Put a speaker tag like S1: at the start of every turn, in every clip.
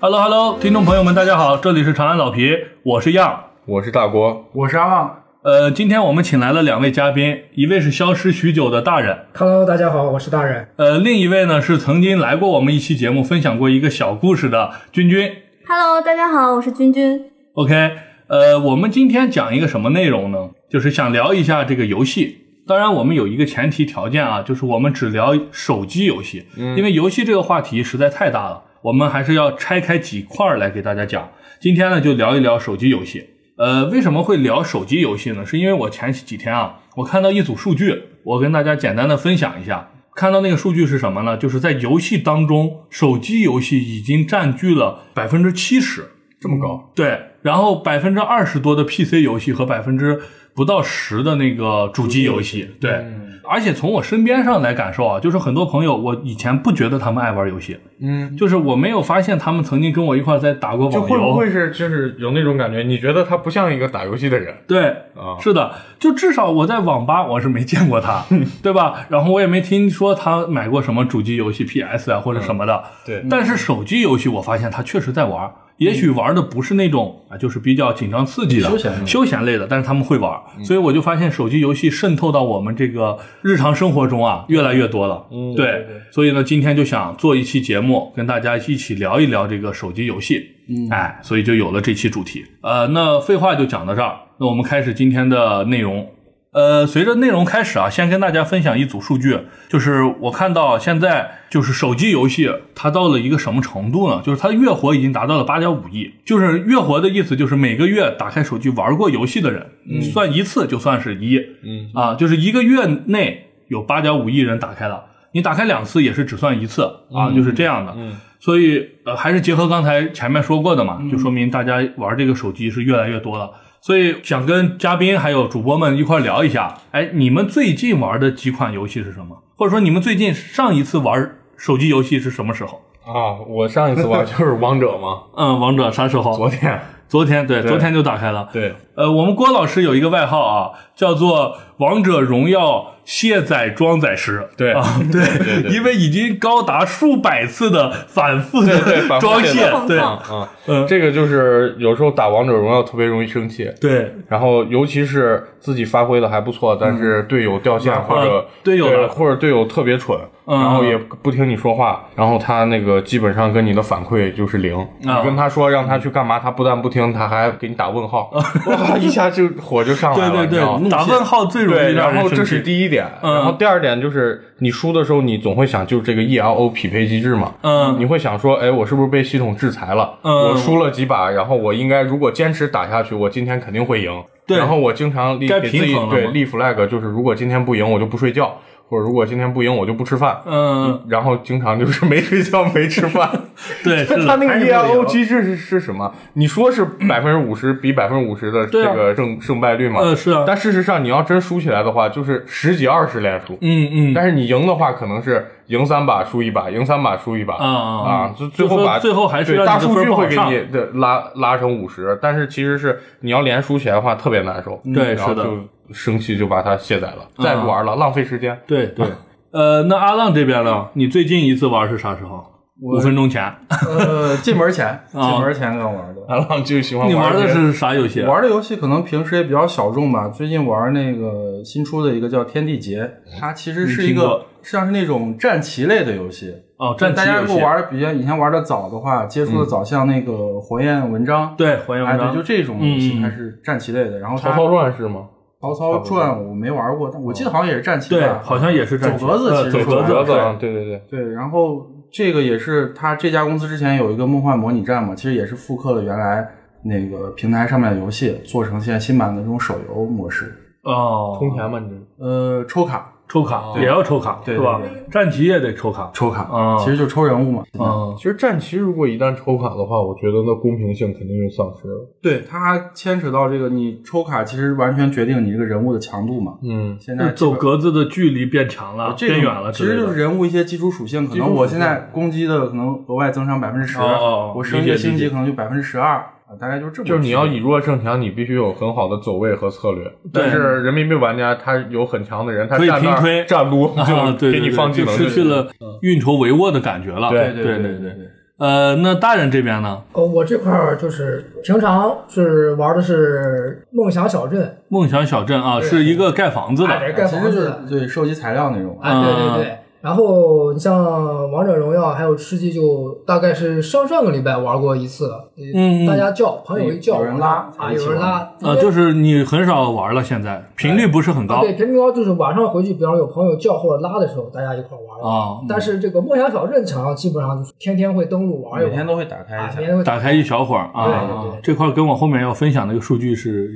S1: Hello Hello，听众朋友们，大家好，这里是长安老皮，我是样儿。
S2: 我是大郭，
S3: 我是阿浪。
S1: 呃，今天我们请来了两位嘉宾，一位是消失许久的大人，
S4: Hello，大家好，我是大人。
S1: 呃，另一位呢是曾经来过我们一期节目分享过一个小故事的君君。
S5: Hello，大家好，我是君君。
S1: OK，呃，我们今天讲一个什么内容呢？就是想聊一下这个游戏。当然，我们有一个前提条件啊，就是我们只聊手机游戏，因为游戏这个话题实在太大了，我们还是要拆开几块儿来给大家讲。今天呢，就聊一聊手机游戏。呃，为什么会聊手机游戏呢？是因为我前几天啊，我看到一组数据，我跟大家简单的分享一下。看到那个数据是什么呢？就是在游戏当中，手机游戏已经占据了百分之七十，嗯
S2: 这么高，
S1: 对，然后百分之二十多的 PC 游戏和百分之不到十的那个主机游戏，对。
S2: 嗯
S1: 而且从我身边上来感受啊，就是很多朋友，我以前不觉得他们爱玩游戏，
S2: 嗯，
S1: 就是我没有发现他们曾经跟我一块儿在打过网
S2: 就
S1: 游。
S2: 会不会是就是有那种感觉？你觉得他不像一个打游戏的人
S1: 对，
S2: 啊？
S1: 是的，就至少我在网吧我是没见过他，对吧？然后我也没听说他买过什么主机游戏 PS 啊或者什么的。
S2: 对
S1: 但是手机游戏我发现他确实在玩儿，也许玩的不是那种啊，就是比较紧张刺激的
S3: 休闲类的
S1: 休闲类的，但是他们会玩儿，所以我就发现手机游戏渗透到我们这个日常生活中啊，越来越多了。
S2: 嗯
S1: 对，
S3: 对对
S1: 所以呢，今天就想做一期节目，跟大家一起聊一聊这个手机游戏。嗯，哎，所以就有了这期主题。呃，那废话就讲到这儿，那我们开始今天的内容。呃，随着内容开始啊，先跟大家分享一组数据，就是我看到现在就是手机游戏它到了一个什么程度呢？就是它的月活已经达到了八点五亿，就是月活的意思就是每个月打开手机玩过游戏的人，算一次就算是一，
S2: 嗯
S1: 啊，就是一个月内有八点五亿人打开了，你打开两次也是只算一次啊，就是这样的。
S2: 嗯
S1: 所以呃，还是结合刚才前面说过的嘛，就说明大家玩这个手机是越来越多了。所以想跟嘉宾还有主播们一块儿聊一下，哎，你们最近玩的几款游戏是什么？或者说你们最近上一次玩手机游戏是什么时候？
S2: 啊！我上一次玩就是呃王者 嘛，
S1: 嗯，王者啥时候？
S2: 昨天
S1: 昨天对，
S2: 对
S1: 昨天就打开了。
S2: 对
S1: 呃，我们郭老师有一个外号啊，叫做“王者荣耀卸载装载师”。
S2: 对
S1: 啊，
S2: 对
S1: 对，
S2: 对
S1: 因为已经高达数百次的反复
S2: 对反
S1: 的
S2: 复
S1: 装
S2: 卸
S1: 卸
S2: 载，
S1: 对
S5: 嗯
S2: 啊，
S1: 嗯
S2: 这个就是有时候打王者荣耀特别容易生气，
S1: 对，
S2: 然后尤其是自己发挥的还不错，但是队友掉线或
S1: 啊
S2: 者
S1: 队友
S2: 对
S1: 了
S2: 或者队友特别蠢，
S1: 嗯
S2: 然后也不听你说话，然后他那个基本上跟你的反馈就是零。你
S1: 嗯
S2: 跟他说让他去干嘛，他不但不听，他还给你打问 号，哇，一下就火就上
S1: 对
S2: 来了，
S1: 对
S2: 你知道吗
S1: 对，打问号最容易
S2: 对，
S1: 让
S2: 然
S1: 人
S2: 后
S1: 生
S2: 这是
S1: 气。
S2: 第一点，
S1: 嗯
S2: 然后第二点就是你输的时候，你总会想，就是这个 ELO 匹配机制嘛，
S1: 嗯
S2: 你会想说，哎，我是不是被系统制裁了？
S1: 嗯
S2: 我输了几把，然后我应该如果坚持打下去，我今天肯定会赢。
S1: 对
S2: 然后我经常立
S1: 该
S2: 给自己
S1: 平衡了
S2: 对
S1: 嘛
S2: 立 flag，就是如果今天不赢，我就不睡觉，或者如果今天不赢，我就不吃饭。
S1: 嗯，
S2: 然后经常就是没睡觉没吃饭，
S1: 对，是
S2: 他
S1: 的，
S2: 那个
S3: 还是不
S2: ELO
S3: 赢
S2: 机制是是什么？你说是百分之五十比百分之五十的这
S1: 对啊
S2: 个胜胜败率嘛？
S1: 呃，是啊，
S2: 但事实上，你要真输起来的话，就是十几二十连输。
S1: 嗯嗯，
S2: 但是你赢的话，可能是赢三把输一把，赢三把输一把
S1: 啊啊啊
S2: 啊，就最后把
S1: 就说最后还是
S2: 对
S1: 让你
S2: 大
S1: 的
S2: 数
S1: 分儿
S2: 据
S1: 不好
S2: 会给
S1: 上
S2: 你对拉拉成五十，但是其实是你要连输起来的话，特别难受。
S1: 嗯对
S2: 然后
S1: 是的嗯
S2: 就生气就把它卸载了，再不玩了，浪费 时间。
S1: 对对。呃，那阿浪这边呢？你最近一次玩是啥时候？五分钟前。
S3: 呃，进门前，进门前刚玩的。
S2: 啊，浪就喜欢
S1: 你
S2: 玩
S1: 玩
S2: 这
S1: 的
S2: 些
S1: 是啥游戏？啊
S3: 玩的游戏可能平时也比较小众吧。最近玩那个新出的一个叫《天地劫》，它其实是一
S1: 嗯没听过
S3: 个像是那种战棋类的游戏。
S1: 哦，战棋
S3: 大家
S1: 游
S3: 如果
S1: 戏。嗯
S3: 玩的比较以前玩的早的话，接触的早，像那个火焰文章，
S1: 对，还原
S3: 哎，
S1: 文
S3: 对，就
S1: 章。
S3: 这种游戏
S1: 嗯
S3: 它是战棋类的。然后
S2: 曹
S3: 它
S2: 操传是吗？
S3: 曹操传我没玩过，但我记得好像也是战棋
S1: 对，
S3: 吧？
S1: 好像也是战棋。
S3: 走格子
S1: 呃
S3: 其实
S1: 走
S3: 是
S1: 格
S3: 对
S1: 子
S2: 格子，啊，对对对，
S3: 对，然后这个也是他这家公司之前有一个梦幻模拟战嘛，其实也是复刻了原来那个平台上面的游戏，做成现在新版的这种手游模式。
S1: 哦，
S2: 充钱吗？你这
S3: 呃，抽卡，
S1: 抽卡也要抽卡，
S3: 对
S1: 是吧
S3: 对？
S1: 战棋也得抽卡。
S3: 抽卡，
S1: 啊
S3: 其实就抽人物嘛。
S1: 嗯
S2: 其实战棋如果一旦抽卡的话，我觉得那公平性肯定就丧失了。
S3: 对，它牵扯到这个，你抽卡其实完全决定你这个人物的强度嘛。
S2: 嗯，
S3: 现在基
S1: 走
S3: 本
S1: 格子的距离变长了，
S3: 这种
S1: 变远了之
S3: 其
S1: 类的，
S3: 实就是人物一些基础属性，可
S2: 基础属
S3: 能
S2: 性
S3: 我现在攻击的可能额外增长百分之十
S1: 哦哦哦，
S3: 我升
S1: 理
S3: 一
S1: 解
S3: 个星
S1: 理解
S3: 级可能就百分之十二，啊大概就这么。
S2: 就是你要以弱胜强，你必须有很好的走位和策略。
S1: 对
S2: 但是人民币玩家他有很强的人，他
S1: 可以
S2: 站那
S1: 平推
S2: 儿站撸
S1: 啊，
S2: 就
S1: 对，
S2: 给你
S1: 对
S2: 放技
S1: 就
S2: 能，
S1: 失去了运筹帷幄的感觉了。
S2: 对
S3: 对
S1: 对
S3: 对
S1: 对
S3: 对，
S1: 呃，那大人这边呢？
S4: 呃，我这块儿就是平常是玩的是梦想小镇，
S1: 梦想小镇啊，
S4: 对
S1: 是一个盖房子
S4: 哎
S1: 的，
S4: 这盖
S3: 其
S4: 房
S3: 实就
S4: 子
S3: 是
S4: 的，
S3: 对收集材料那种。啊
S4: 哎，对对对。然后你像王者荣耀还有吃鸡，就大概是上上个礼拜玩过一次了。
S1: 嗯嗯
S4: 大家叫朋友一叫，
S3: 有人拉
S4: 啊，有人拉，
S1: 呃，就是你很少玩了，现在频率不是很
S4: 啊
S1: 高
S4: 对，频率高就是晚上回去，比方有朋友叫或者拉的时候，大家一块儿玩。
S1: 啊。
S4: 但是这个梦想小镇墙基本上就是天天会登录玩一
S3: 每
S4: 玩，
S3: 天都会打开
S4: 啊
S3: 一下
S4: 每，天都会
S1: 打开一小会儿啊
S4: 对
S1: 啊
S4: 对，对
S1: 这块儿跟我后面要分享那个数据是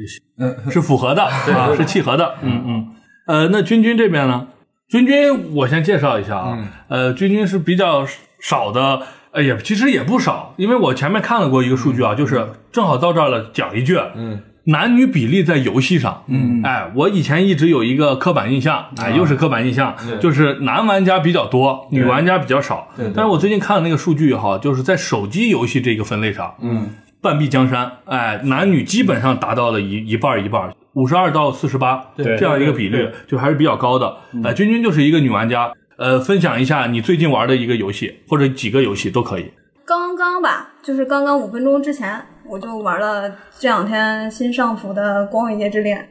S1: 是符合的啊，是契合的。嗯嗯，呃，那君君这边呢？君君，我先介绍一下啊，呃，君君是比较少的，呃，也其实也不少，因为我前面看了过一个数据啊，就是正好到这儿了，讲一句，嗯。男女比例在游戏上，嗯，哎，我以前一直有一个刻板印象，哎，又是刻板印象，就是男玩家比较多，女玩家比较少。
S3: 对对
S1: 但是我最近看了那个数据哈，就是在手机游戏这个分类上，
S3: 嗯，
S1: 半壁江山，哎，男女基本上达到了一一半儿一半儿，五十二到四十八
S3: 对
S1: 这样一个比率，就还是比较高的。哎，君君就是一个女玩家，呃，分享一下你最近玩的一个游戏或者几个游戏都可以。
S5: 刚刚吧，就是刚刚五分钟之前，我就玩了这两天新上浮的《光与夜之恋》。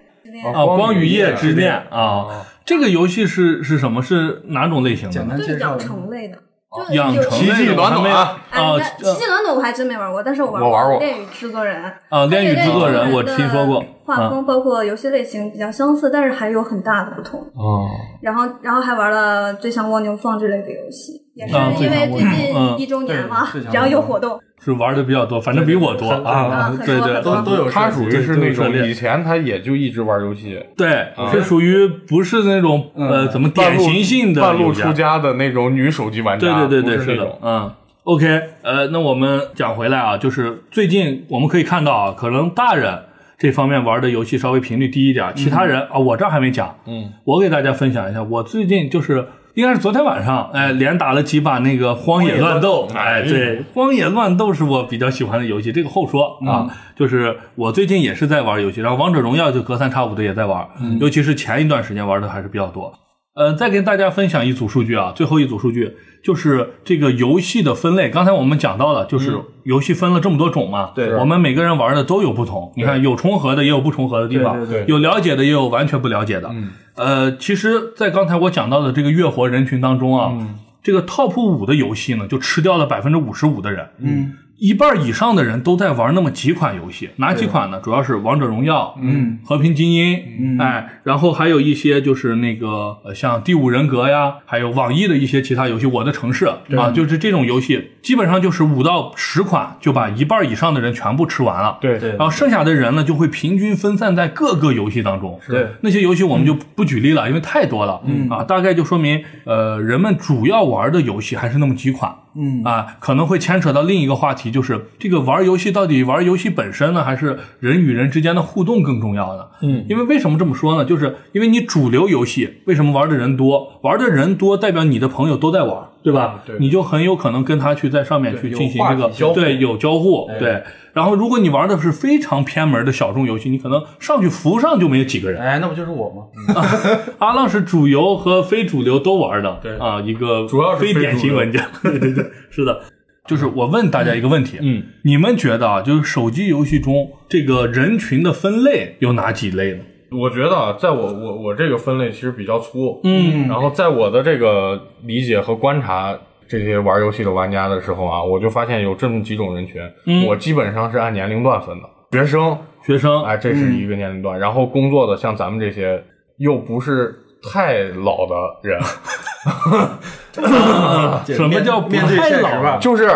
S1: 啊，《光与夜之恋》
S2: 啊
S1: 啊，这个游戏是是什么？是哪种类型的
S3: 简
S1: 呢？
S3: 单
S5: 对
S3: 介
S5: 养
S3: 绍。
S5: 成类的，就
S1: 哦养
S5: 有
S1: 成
S2: 奇迹
S1: 类的我
S2: 暖
S1: 还
S2: 暖
S1: 没有
S2: 啊
S5: 哎，
S1: 啊
S5: 你看《奇迹暖暖》我还真没玩过，但是我玩
S2: 我玩过
S5: 《恋与制作人》
S1: 啊，《
S5: 它
S1: 恋与
S5: 与
S1: 制作人》我
S5: 的
S1: 听说过
S5: 画
S1: 啊
S5: 风包括游戏类型比较相似，但是还有很大的不同。
S1: 哦啊
S5: 然后，然后还玩了《最强蜗牛放置》类的游戏，也是
S1: 啊
S5: 因为
S3: 最
S5: 最
S3: 强蜗
S1: 牛
S5: 近
S1: 嗯
S5: 一周年嘛
S3: 对最，强蜗牛
S5: 然后有活动，
S1: 是玩的比较多，反正比我多啊
S5: 很，多
S1: 对
S5: 很
S1: 对
S5: 多
S3: 都都有
S2: 他
S3: 涉
S2: 属
S3: 及，
S2: 于是那
S1: 对
S2: 种
S1: 对对
S2: 以前他也就一直玩游戏，
S1: 对，是属于不是那种呃怎么
S2: 半
S1: 典
S2: 路
S1: 型性的
S2: 半路
S1: 游家
S2: 出家的那种女手机玩
S1: 对
S2: 家，
S1: 对对
S2: 不
S1: 对，
S2: 是
S1: 是
S2: 那
S1: 的
S2: 种，。
S1: 嗯，OK，呃，那我们讲回来啊，就是最近我们可以看到啊，可能大人这方面玩的游戏稍微频率低一点，其他人、啊，我这儿还没讲，
S2: 嗯，
S1: 我给大家分享一下，我最近就是。应该是昨天晚上，哎，连打了几把那个《荒野乱斗》哎，对，《荒野乱斗》是我比较喜欢的游戏，这个后说啊，就是我最近也是在玩游戏，然后《王者荣耀》就隔三差五的也在玩，尤其是前一段时间玩的还是比较多。呃，再跟大家分享一组数据啊，最后一组数据就是这个游戏的分类。刚才我们讲到了，就是游戏分了这么多种嘛，
S3: 嗯对
S1: 我们每个人玩的都有不同。你看，有重合的，也有不重合的地方，
S3: 对对
S1: 有了解的，也有完全不了解的。嗯，呃，其实，在刚才我讲到的这个月活人群当中啊，
S3: 嗯
S1: 这个 top 五的游戏呢，就吃掉了百分之五十五的人。
S3: 嗯，
S1: 一半以上的人都在玩那么几款游戏，哪几款呢？主要是王者荣耀，
S3: 嗯，
S1: 和平精英，嗯，哎，然后还有一些就是那个呃像第五人格呀，还有网易的一些其他游戏，我的城市啊，就是这种游戏，基本上就是五到十款就把一半以上的人全部吃完了。
S2: 对
S3: 对
S1: 然后剩下的人呢，就会平均分散在各个游戏当中。
S3: 对
S1: 那些游戏我们就不举例了，因为太多了。嗯啊，大概就说明，呃，人们主要玩的游戏还是那么几款。
S3: 嗯
S1: 啊，可能会牵扯到另一个话题，就是这个玩游戏到底玩游戏本身呢，还是人与人之间的互动更重要呢？嗯，因为为什么这么说呢？就是因为你主流游戏为什么玩的人多？玩的人多代表你的朋友都在玩，对吧？
S2: 对
S1: 你就很有可能跟他去在上面去
S3: 啊有
S1: 进行这
S3: 话
S1: 个
S3: 题交互哎
S1: 对有交互，对。然后，如果你玩的是非常偏门的小众游戏，你可能上去扶上就没有几个人。
S3: 哎，那不就是我吗？
S1: 阿浪是主流和非主流都玩的，对啊，一个
S2: 主要是非
S1: 非
S2: 主流
S1: 典型 玩家，对对对，是的。就是我问大家一个问题，嗯，你们觉得啊，就是手机游戏中这个人群的分类有哪几类呢？
S2: 我觉得啊，在我我我这个分类其实比较粗，嗯，然后在我的这个理解和观察这些玩游戏的玩家的时候啊，我就发现有这么几种人群，
S1: 嗯
S2: 我基本上是按年龄段分的，学生，
S1: 学生，
S2: 哎，这是一个年龄段，然后工作的像咱们这些又不是太老的 人，
S1: 嗯什么叫不
S3: 面对
S1: 太
S3: 现实
S1: 老
S3: 吧？
S2: 就是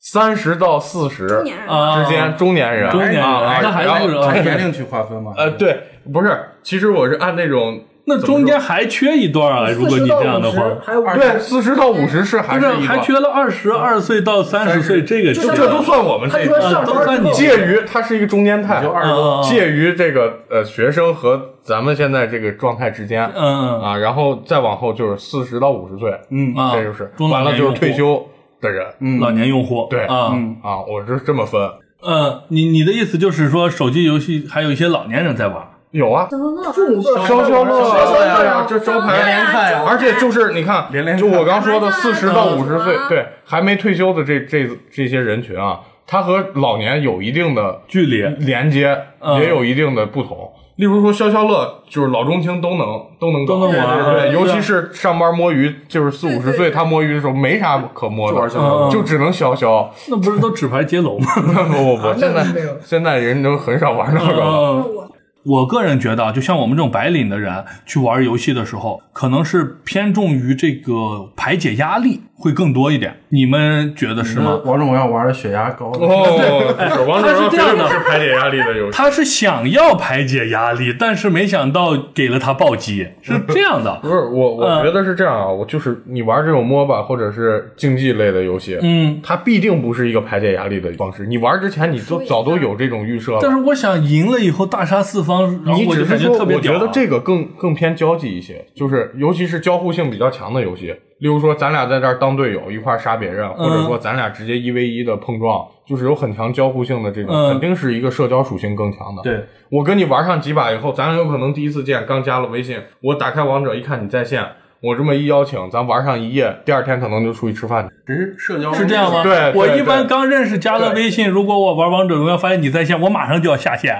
S2: 三十到四十
S5: 中年人
S1: 啊
S2: 之间中年人，
S1: 中年人
S2: 啊哎
S1: 那还啊
S2: 然后
S1: 是
S3: 按年龄去划分嘛？
S2: 呃，对，不是，其实我是按那种
S1: 那中间还缺一段啊，如
S4: 四
S1: 果
S4: 十
S1: 你
S4: 到
S1: 这样
S4: 五
S1: 的
S4: 十，
S1: 话，
S4: 还有二
S2: 对四十到五十是还
S1: 不
S2: 是
S1: 是
S2: 一个
S1: 还缺了二十二岁到三十岁这个区
S4: 就
S1: 别，
S2: 这都算我们
S4: 他
S2: 这一
S4: 除了
S2: 块。
S4: 上
S1: 都算
S4: 班
S1: 你
S4: 之
S1: 介
S4: 后，
S2: 介于它是一个中间态，
S3: 就二
S1: 十多
S2: 嗯介于这个呃学生和咱们现在这个状态之间，
S1: 嗯
S2: 啊，然后再往后就是四十到五十岁，
S3: 嗯
S1: 啊
S2: 这就是
S1: 中老
S2: 完
S1: 年
S2: 了就是
S1: 用户
S2: 退休的人，
S3: 嗯
S1: 老年用户，
S2: 对
S1: 啊，
S2: 啊，我是这么分，
S1: 呃，你你的意思就是说，手机游戏还有一些老年人在玩，
S2: 有啊，
S5: 消消乐，
S4: 父母辈儿还
S2: 消消乐
S4: 消消乐
S2: 呀，
S4: 呀，
S2: 这招
S5: 招
S2: 牌
S5: 牌
S2: 连
S5: 连
S2: 看
S5: 看
S2: 呀
S5: 呀，
S2: 而且就是你看，
S3: 连连看
S2: 就我刚说的
S5: 麻
S2: 四
S5: 将
S2: 十到五十岁
S5: 啊，
S2: 对，还没退休的这这这些人群啊，他和老年有一定的
S1: 距离，
S2: 连接，
S1: 嗯
S2: 也有一定的不同。例如说消消乐，就是老中青都能都能搞
S1: 都能玩
S2: 对，
S1: 嗯
S2: 尤其是上班摸鱼，就是四五十岁
S5: 对对
S2: 他摸鱼的时候没啥可摸
S3: 就玩消
S2: 的，
S3: 消乐
S1: 嗯
S2: 就只能消消。
S1: 那不是都纸牌接龙吗？
S2: 不不不，现在
S4: 那没有
S2: 现在人都很少玩那个
S1: 嗯
S2: 了。
S5: 那我
S1: 我个人觉得，啊，就像我们这种白领的人去玩游戏的时候，可能是偏重于这个排解压力会更多一点。你们觉得是吗？
S3: 王者荣耀玩的血压高的，
S2: 嗯哦，不是王者荣耀
S1: 它是这
S2: 绝对
S1: 样的嗯
S2: 不是排解压力的游戏。
S1: 他是想要排解压力，但是没想到给了他暴击，是这样 的。
S2: 不是我，我
S1: 嗯
S2: 觉得是这样啊，我就是你玩这种 MOBA 或者是竞技类的游戏，
S1: 嗯，
S2: 它必定不是一个排解压力的方式。你玩之前，你都
S5: 对
S2: 早都有这种预设
S1: 但
S2: 了。
S1: 是我想赢了以后大杀四方，然后
S2: 你
S1: 我
S2: 只
S1: 就是感觉
S2: 说，
S1: 特别
S2: 我
S1: 屌啊。
S2: 觉得这个更更偏交际一些，就是尤其是交互性比较强的游戏，例如说咱俩在这儿当队友一块儿杀别人，或
S1: 嗯
S2: 者说咱俩直接一 v 一的碰撞，就是有很强交互性的这种，
S1: 嗯
S2: 肯定是一个社交属性更强的。
S3: 对，
S2: 我跟你玩上几把以后，咱俩有可能第一次见，刚加了微信，我打开王者一看你在线，我这么一邀请，咱玩上一夜，第二天可能就出去吃饭去。
S3: 只是社交
S1: 啊是这样吗？
S2: 对对
S1: 我
S2: 对
S1: 一般刚认识加了微信，如果我玩王者荣耀发现你在线，我马上就要下 线，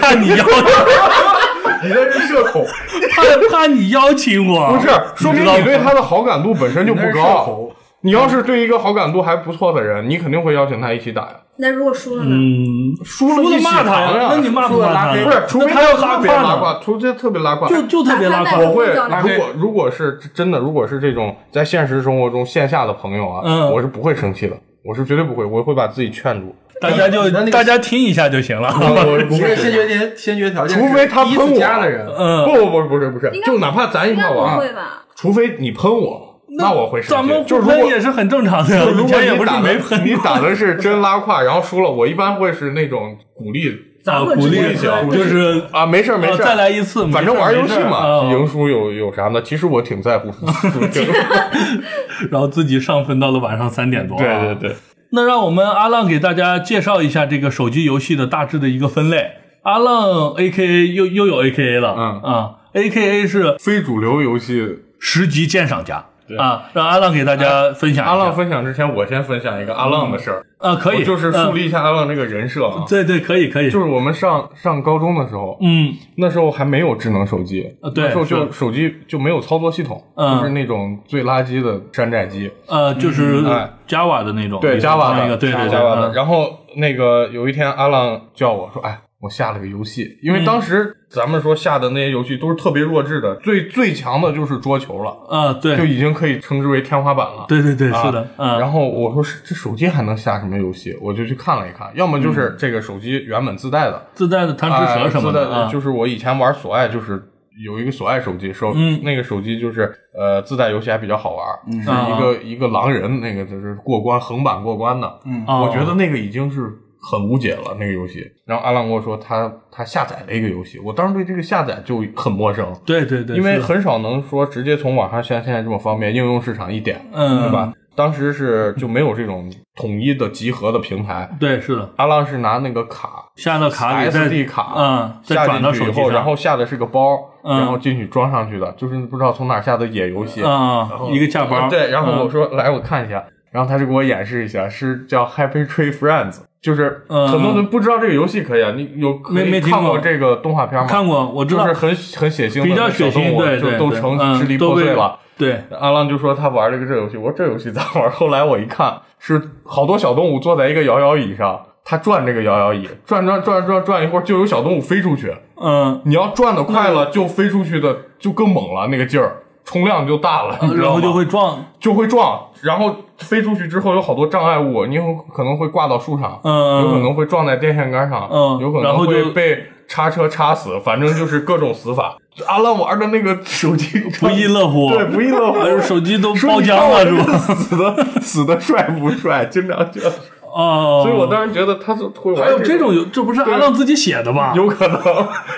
S1: 怕你邀，
S2: 你这是社恐，
S1: 怕怕你邀请我，
S2: 不是，说明
S1: 知道吗
S2: 啊你对他的好感度本身就不
S3: 那是社
S2: 高。
S3: 恐
S2: 你要是对一个好感度还不错的人，你肯定会邀请他一起打呀。
S5: 那如果输了呢？
S1: 嗯，
S2: 输
S1: 输
S2: 了
S1: 了
S2: 一起
S1: 骂他
S2: 扛呀
S1: 呀，那你骂不
S3: 输了
S1: 骂
S3: 拉
S1: 他
S3: 黑
S1: 呢？
S2: 不是，除非
S1: 那
S2: 他
S1: 他要
S2: 特
S1: 拉
S2: 别
S1: 胯
S2: 拉
S1: 呢，
S2: 胯，除非他特别拉胯，
S1: 就就特别拉
S5: 打
S1: 胯
S5: 他。
S2: 我会
S5: 拉
S2: 如
S5: 黑
S2: 果如果是真的，如果是这种在现实生活中线下的朋友啊，
S1: 嗯
S2: 我是不会生气的，我是绝对不会，我会把自己劝 住。
S1: 大家就
S3: 你的那个
S1: 大家听一下就行了。
S2: 我我不
S3: 其
S2: 会
S3: 实先决条先决条件是
S2: 除非他
S3: 第一
S2: 喷
S3: 次
S2: 我啊
S3: 加的人，
S1: 嗯，
S2: 不不不不是不是，
S5: 应该
S2: 就哪怕咱一
S5: 应
S2: 块
S5: 该不
S2: 玩
S5: 会，吧？
S2: 除非你喷我，那我会
S1: 咱
S2: 生气。
S1: 们
S2: 就
S1: 互
S2: 是如
S1: 喷
S2: 果
S1: 也是很正常的呀，
S2: 就如
S1: 以
S2: 果
S1: 前也
S2: 你
S1: 不
S2: 打
S1: 是
S2: 的
S1: 没喷
S2: 你
S1: 过，
S2: 打的是真拉胯，然后输了，我一般会是那种鼓励
S1: 啊
S4: 咱们
S1: 鼓
S4: 这
S1: 励
S4: 边
S2: 一下
S1: 就
S4: 对
S1: 是
S2: 啊，没事儿没
S1: 啊
S2: 事儿，
S1: 再来一次，
S2: 反正玩游戏
S1: 没事儿
S2: 嘛，
S1: 没事儿啊
S2: 赢输有有啥呢？其实我挺在乎输 这个。
S1: 然后自己上分到了晚上三点多。啊
S2: 对对。对，
S1: 那让我们阿浪给大家介绍一下这个手机游戏的大致的一个分类。阿浪 A K A 又又有 A K A 了，
S2: 嗯
S1: 啊，A K A 是
S2: 非主流游戏。
S1: 十级鉴赏家
S2: 对
S1: 啊，让阿浪给大家分享一下。
S2: 阿浪分享之前，我先分享一个阿浪的事儿，
S1: 啊，可以，
S2: 我就是
S1: 嗯
S2: 树立一下阿浪这个人设啊。
S1: 对对，可以可以，
S2: 就是我们上上高中的时候，
S1: 嗯
S2: 那时候还没有智能手机
S1: 啊，对
S2: 那时候就是手机就没有操作系统，
S1: 嗯
S2: 就是那种最垃圾的山寨机，
S1: 呃，就是
S2: 嗯哎
S1: Java 的那种，
S2: 对
S1: 就是
S2: Java 的
S1: 那个，对对对，
S2: Java 的。
S1: 嗯
S2: 然后那个有一天阿浪叫我说，哎。我下了个游戏，因为
S1: 嗯
S2: 当时咱们说下的那些游戏都是特别弱智的，最最强的就是桌球了，
S1: 啊，对
S2: 就已经可以称之为天花板了。
S1: 对对对，
S2: 啊
S1: 是的，嗯，
S2: 然后我说是这手机还能下什么游戏？我就去看了一看，要么
S1: 嗯
S2: 就是这个手机原本自带的，
S1: 自带的贪吃
S2: 哎
S1: 蛇什么
S2: 自带
S1: 的啊，
S2: 就是我以前玩索爱就是。有一个索爱手机，手、
S1: 嗯啊
S2: 那个手机就是呃自带游戏还比较好玩，是一个、一个狼人那个就是过关横版过关的，
S3: 嗯
S1: 哦
S2: 我觉得那个已经是很无解了那个游戏。然后阿浪跟我说他他下载了一个游戏，我当时对这个下载就很陌生，
S1: 对对对，
S2: 因为
S1: 是的
S2: 很少能说直接从网上下现在这么方便，应用市场一点，
S1: 嗯
S2: 对吧？当时是就没有这种统一的集合的平台，
S1: 对是的，
S2: 阿浪是拿那个卡
S1: 下到卡里再
S2: SD 卡，
S1: 嗯，再
S2: 下
S1: 转到
S2: 进去
S1: 手
S2: 以
S1: 机
S2: 后，
S1: 上，
S2: 然后下的是个包，
S1: 嗯
S2: 然后进去装上去的，就是不知道从哪儿下的野游戏，然
S1: 啊
S2: 后，呃
S1: 一个下包，
S2: 对，然后我
S1: 嗯
S2: 说来我看一下，然后他就给我演示一下，是叫 Happy Tree Friends。就是
S1: 嗯
S2: 很多人不知道这个游戏可以啊，你有可
S1: 没
S2: 以
S1: 没听
S2: 看过
S1: 过
S2: 这个动画片吗？
S1: 看过，我知
S2: 就
S1: 道
S2: 是，很很血腥的，
S1: 比较血
S2: 小动
S1: 腥，
S2: 物
S1: 对对，
S2: 就都
S1: 对
S2: 成
S1: 嗯
S2: 支离
S1: 都
S2: 破
S1: 被
S2: 碎了。
S1: 对，
S2: 阿浪就说他玩了个这游戏，我说这游戏咋玩？ 后来我一看，是好多小动物坐在一个摇摇椅上，他转这个摇摇椅，转转转转转一会儿，就有小动物飞出去。
S1: 嗯，
S2: 你要转的快了，就飞出去的就更猛了，那个劲儿，冲量就大了，你知
S1: 啊然
S2: 道
S1: 后
S2: 吗
S1: 就会撞，
S2: 就会撞，然后飞出去之后有好多障碍物，你有可能会挂到树上，
S1: 嗯
S2: 有可能会撞在电线杆上，
S1: 嗯
S2: 有可
S1: 然
S2: 能
S1: 后就
S2: 会被叉车叉死，反正就是各种死法。阿浪玩的那个手机
S1: 不亦乐乎，
S2: 对不亦乐乎，
S1: 呃手机都
S2: 说
S1: 爆
S2: 你
S1: 浆
S2: 看我
S1: 啊了是
S2: 这
S1: 吧？
S2: 个死的死的帅不帅？经常觉得，
S1: 哦，
S2: 所以我当时觉得他就会玩
S1: 还有
S2: 这
S1: 这种游，这不是阿浪自己写的吧？
S2: 有可能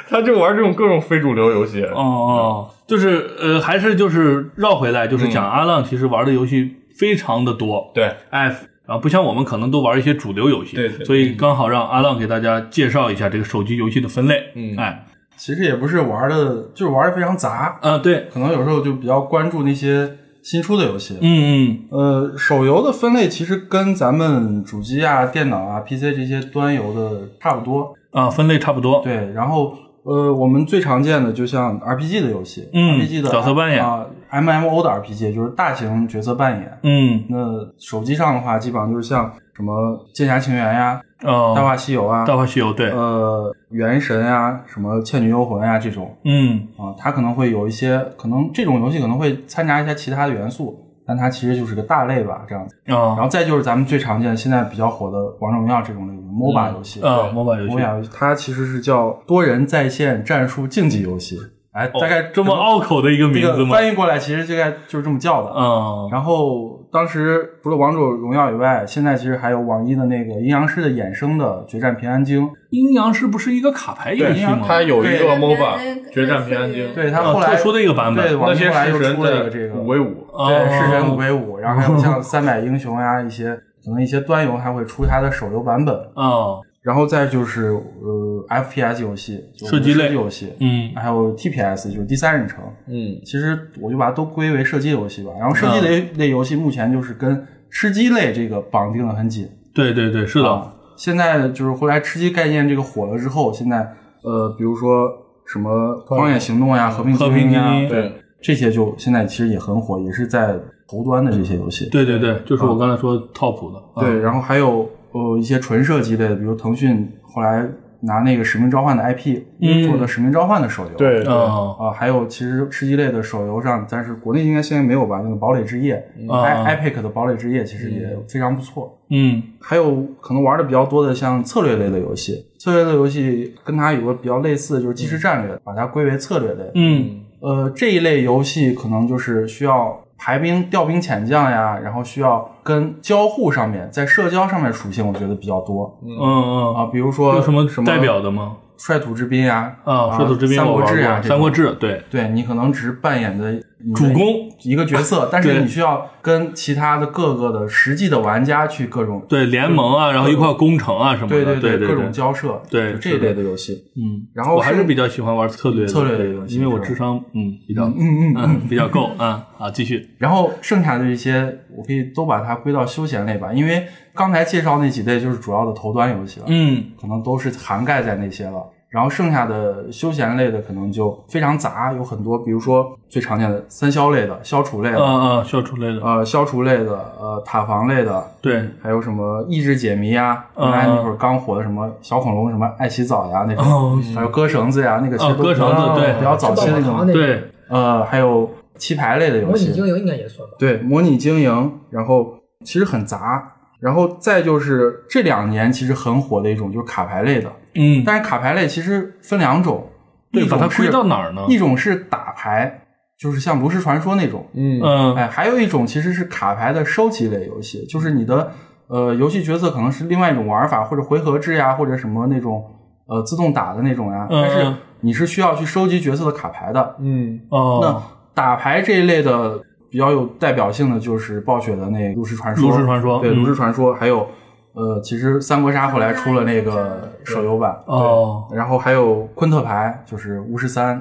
S2: 他就玩这种各种非主流游戏。
S1: 哦哦，就是呃，还是就是绕回来，就是
S3: 嗯
S1: 讲阿浪其实玩的游戏非常的多，
S2: 对，
S1: 哎，然后不像我们可能都玩一些主流游戏，
S2: 对对
S1: 所以刚好让阿浪给大家介绍一下这个手机游戏的分类，
S2: 嗯
S1: 哎，
S3: 其实也不是玩的，就是玩的非常杂，
S1: 啊，对，
S3: 可能有时候就比较关注那些新出的游戏。
S1: 嗯
S3: 呃，手游的分类其实跟咱们主机啊、电脑啊、PC 这些端游的差不多。
S1: 嗯啊，分类差不多。
S3: 对，然后呃，我们最常见的就像 RPG 的游戏、
S1: 嗯
S3: r p g 的
S1: 角色扮演
S3: 啊、m m o 的 RPG 就是大型角色扮演。
S1: 嗯
S3: 那手机上的话，基本上就是像什么《剑侠情缘》呀、
S1: 哦，
S3: 大话西游》啊、
S1: 大话西游对，
S3: 呃《原神》呀、什么《倩女幽魂》呀这种
S1: 嗯
S3: 啊，它可能会有一些，可能这种游戏可能会掺杂一些其他的元素，但它其实就是个大类吧，这样子。然
S1: 啊
S3: 后再就是咱们最常见的现在比较火的《王者荣耀》这种类型 MOBA 游戏。
S1: 啊，魔法游戏
S3: MOBA 游戏它其实是叫多人在线战术竞技游戏，哎，
S1: 哦
S3: 大概
S1: 这么拗口的一个
S3: 这
S1: 名字
S3: 个
S1: 吗？
S3: 翻译过来其实大概就是这么叫的。
S1: 啊
S3: 然后当时除了《王者荣耀》以外，现在其实还有网易的那个《阴阳师》的衍生的《决战平安京》，
S1: 阴阳师不是一个卡牌游戏吗？
S2: 它有一
S3: 对
S2: 个 MOBA
S5: 对
S2: 决战平安京，
S3: 对它
S1: 啊
S3: 后来
S1: 特殊的一个版
S3: 对
S1: 本，
S3: 网
S2: 那
S3: 易
S2: 些
S3: 后来又
S2: 食神
S3: 出了一个这
S2: 在
S3: 个
S2: 五 v 五，
S1: 哦
S3: 对弑神五 v 五，然后还有像三百英雄啊呀、一些可能一些端游还会出它的手游版本，
S1: 啊，
S3: 然后再就是呃 FPS 游戏、就
S1: 射击类
S3: 无游戏，
S1: 嗯
S3: 还有 TPS 就是第三人称，
S2: 嗯，
S3: 其实我就把它都归为射击游戏吧。然后射击
S1: 嗯
S3: 类类游戏目前就是跟吃鸡类这个绑定的很紧。
S1: 对对对，是的，
S3: 啊现在就是后来吃鸡概念这个火了之后，现在呃，比如说什么《荒野行动》呀，《和平
S1: 和平
S3: 精英》
S1: 精英
S3: 呀，
S2: 对，
S3: 这些就现在其实也很火，也是在头端的这些游戏。
S1: 对对对，就是我刚才说 top 的，啊
S3: 啊对，然后还有呃一些纯射击类的，比如腾讯后来拿那个《使命召唤》的 IP
S1: 嗯
S3: 做的《使命召唤》的手游。
S2: 对
S1: 啊
S3: 啊，还有其实吃鸡类的手游上，但是国内应该现在没有吧？那个《堡垒之夜》
S1: 啊
S3: i Epic 的《堡垒之夜》其实也非常不错。
S1: 嗯
S3: 还有可能玩的比较多的像策略类的游戏，策略类的游戏跟它有个比较类似的就是即时战略，把它归为策略类。
S1: 嗯
S3: 呃，这一类游戏可能就是需要排兵、调兵遣将呀，然后需要跟交互上面，在社交上面属性我觉得比较多
S1: 嗯嗯，
S3: 啊，比如说
S1: 有什么
S3: 什么
S1: 代表的吗？
S3: 率土之滨呀，
S1: 啊，水土之滨
S3: 三
S1: 我
S3: 国
S1: 玩
S3: 志呀
S1: 过，，三国。志对，
S3: 对你可能只是扮演的你的
S1: 主攻
S3: 一个 角色，但
S1: 对
S3: 是你需要跟其他的各个的实际的玩家去各种
S1: 对联盟啊，然后一块攻城啊什么
S3: 对
S1: 的，对
S3: 对，各种
S1: 对，
S3: 交涉，
S1: 对
S3: 就是这一
S1: 的
S3: 类的游戏。
S1: 嗯，
S3: 然后
S1: 我还是比较喜欢玩策略
S3: 策略类的游戏
S1: 因为我
S3: 是吧
S1: 智商嗯比较嗯嗯比较够啊啊，继续
S3: 然后剩下的这些，我可以都把它归到休闲类吧，因为刚才介绍那几类就是主要的头端游戏了，
S1: 嗯
S3: 可能都是涵盖在那些了。然后剩下的休闲类的可能就非常杂，有很多，比如说最常见的三消类的、消除类
S1: 啊
S3: 的、
S1: 啊，消除类的
S3: 呃消除类的、呃塔防类的，
S1: 对
S3: 还有什么益智解谜呀、
S1: 嗯
S3: 刚才那会儿刚火的什么小恐龙什么爱洗澡呀那种，
S1: 哦
S4: 嗯
S3: 还有割绳子呀那个其实
S1: 啊
S3: 都
S1: 割绳子对
S3: 比较早期的那
S4: 吃棒棒糖
S3: 种
S4: 那个
S1: 对
S3: 呃，还有棋牌类的游
S4: 模拟
S3: 戏，
S4: 经营应该也算吧。
S3: 对，模拟经营，然后其实很杂。然后再就是这两年其实很火的一种就是卡牌类的，
S1: 嗯
S3: 但是卡牌类其实分两种，
S1: 对，
S3: 一
S1: 嗯把它
S3: 种
S1: 归
S3: 是
S1: 到哪儿呢？啊
S3: 一种是打牌，就是像炉石传说那种，
S2: 嗯
S1: 嗯
S3: 哎，还有一种其实是卡牌的收集类游戏，就是你的呃游戏角色可能是另外一种玩法，或者回合制呀，或者什么那种呃自动打的那种呀，
S1: 嗯
S3: 但是
S1: 嗯
S3: 你是需要去收集角色的卡牌的，
S2: 嗯
S1: 哦
S3: 那，打牌这一类的比较有代表性的就是暴雪的那《炉石传说》，
S1: 炉石传说
S3: 对《
S1: 嗯
S3: 炉石传说》，还有呃，其实三国杀后来出了那个手游版，
S1: 哦，
S3: 然后还有昆特牌，就是巫师三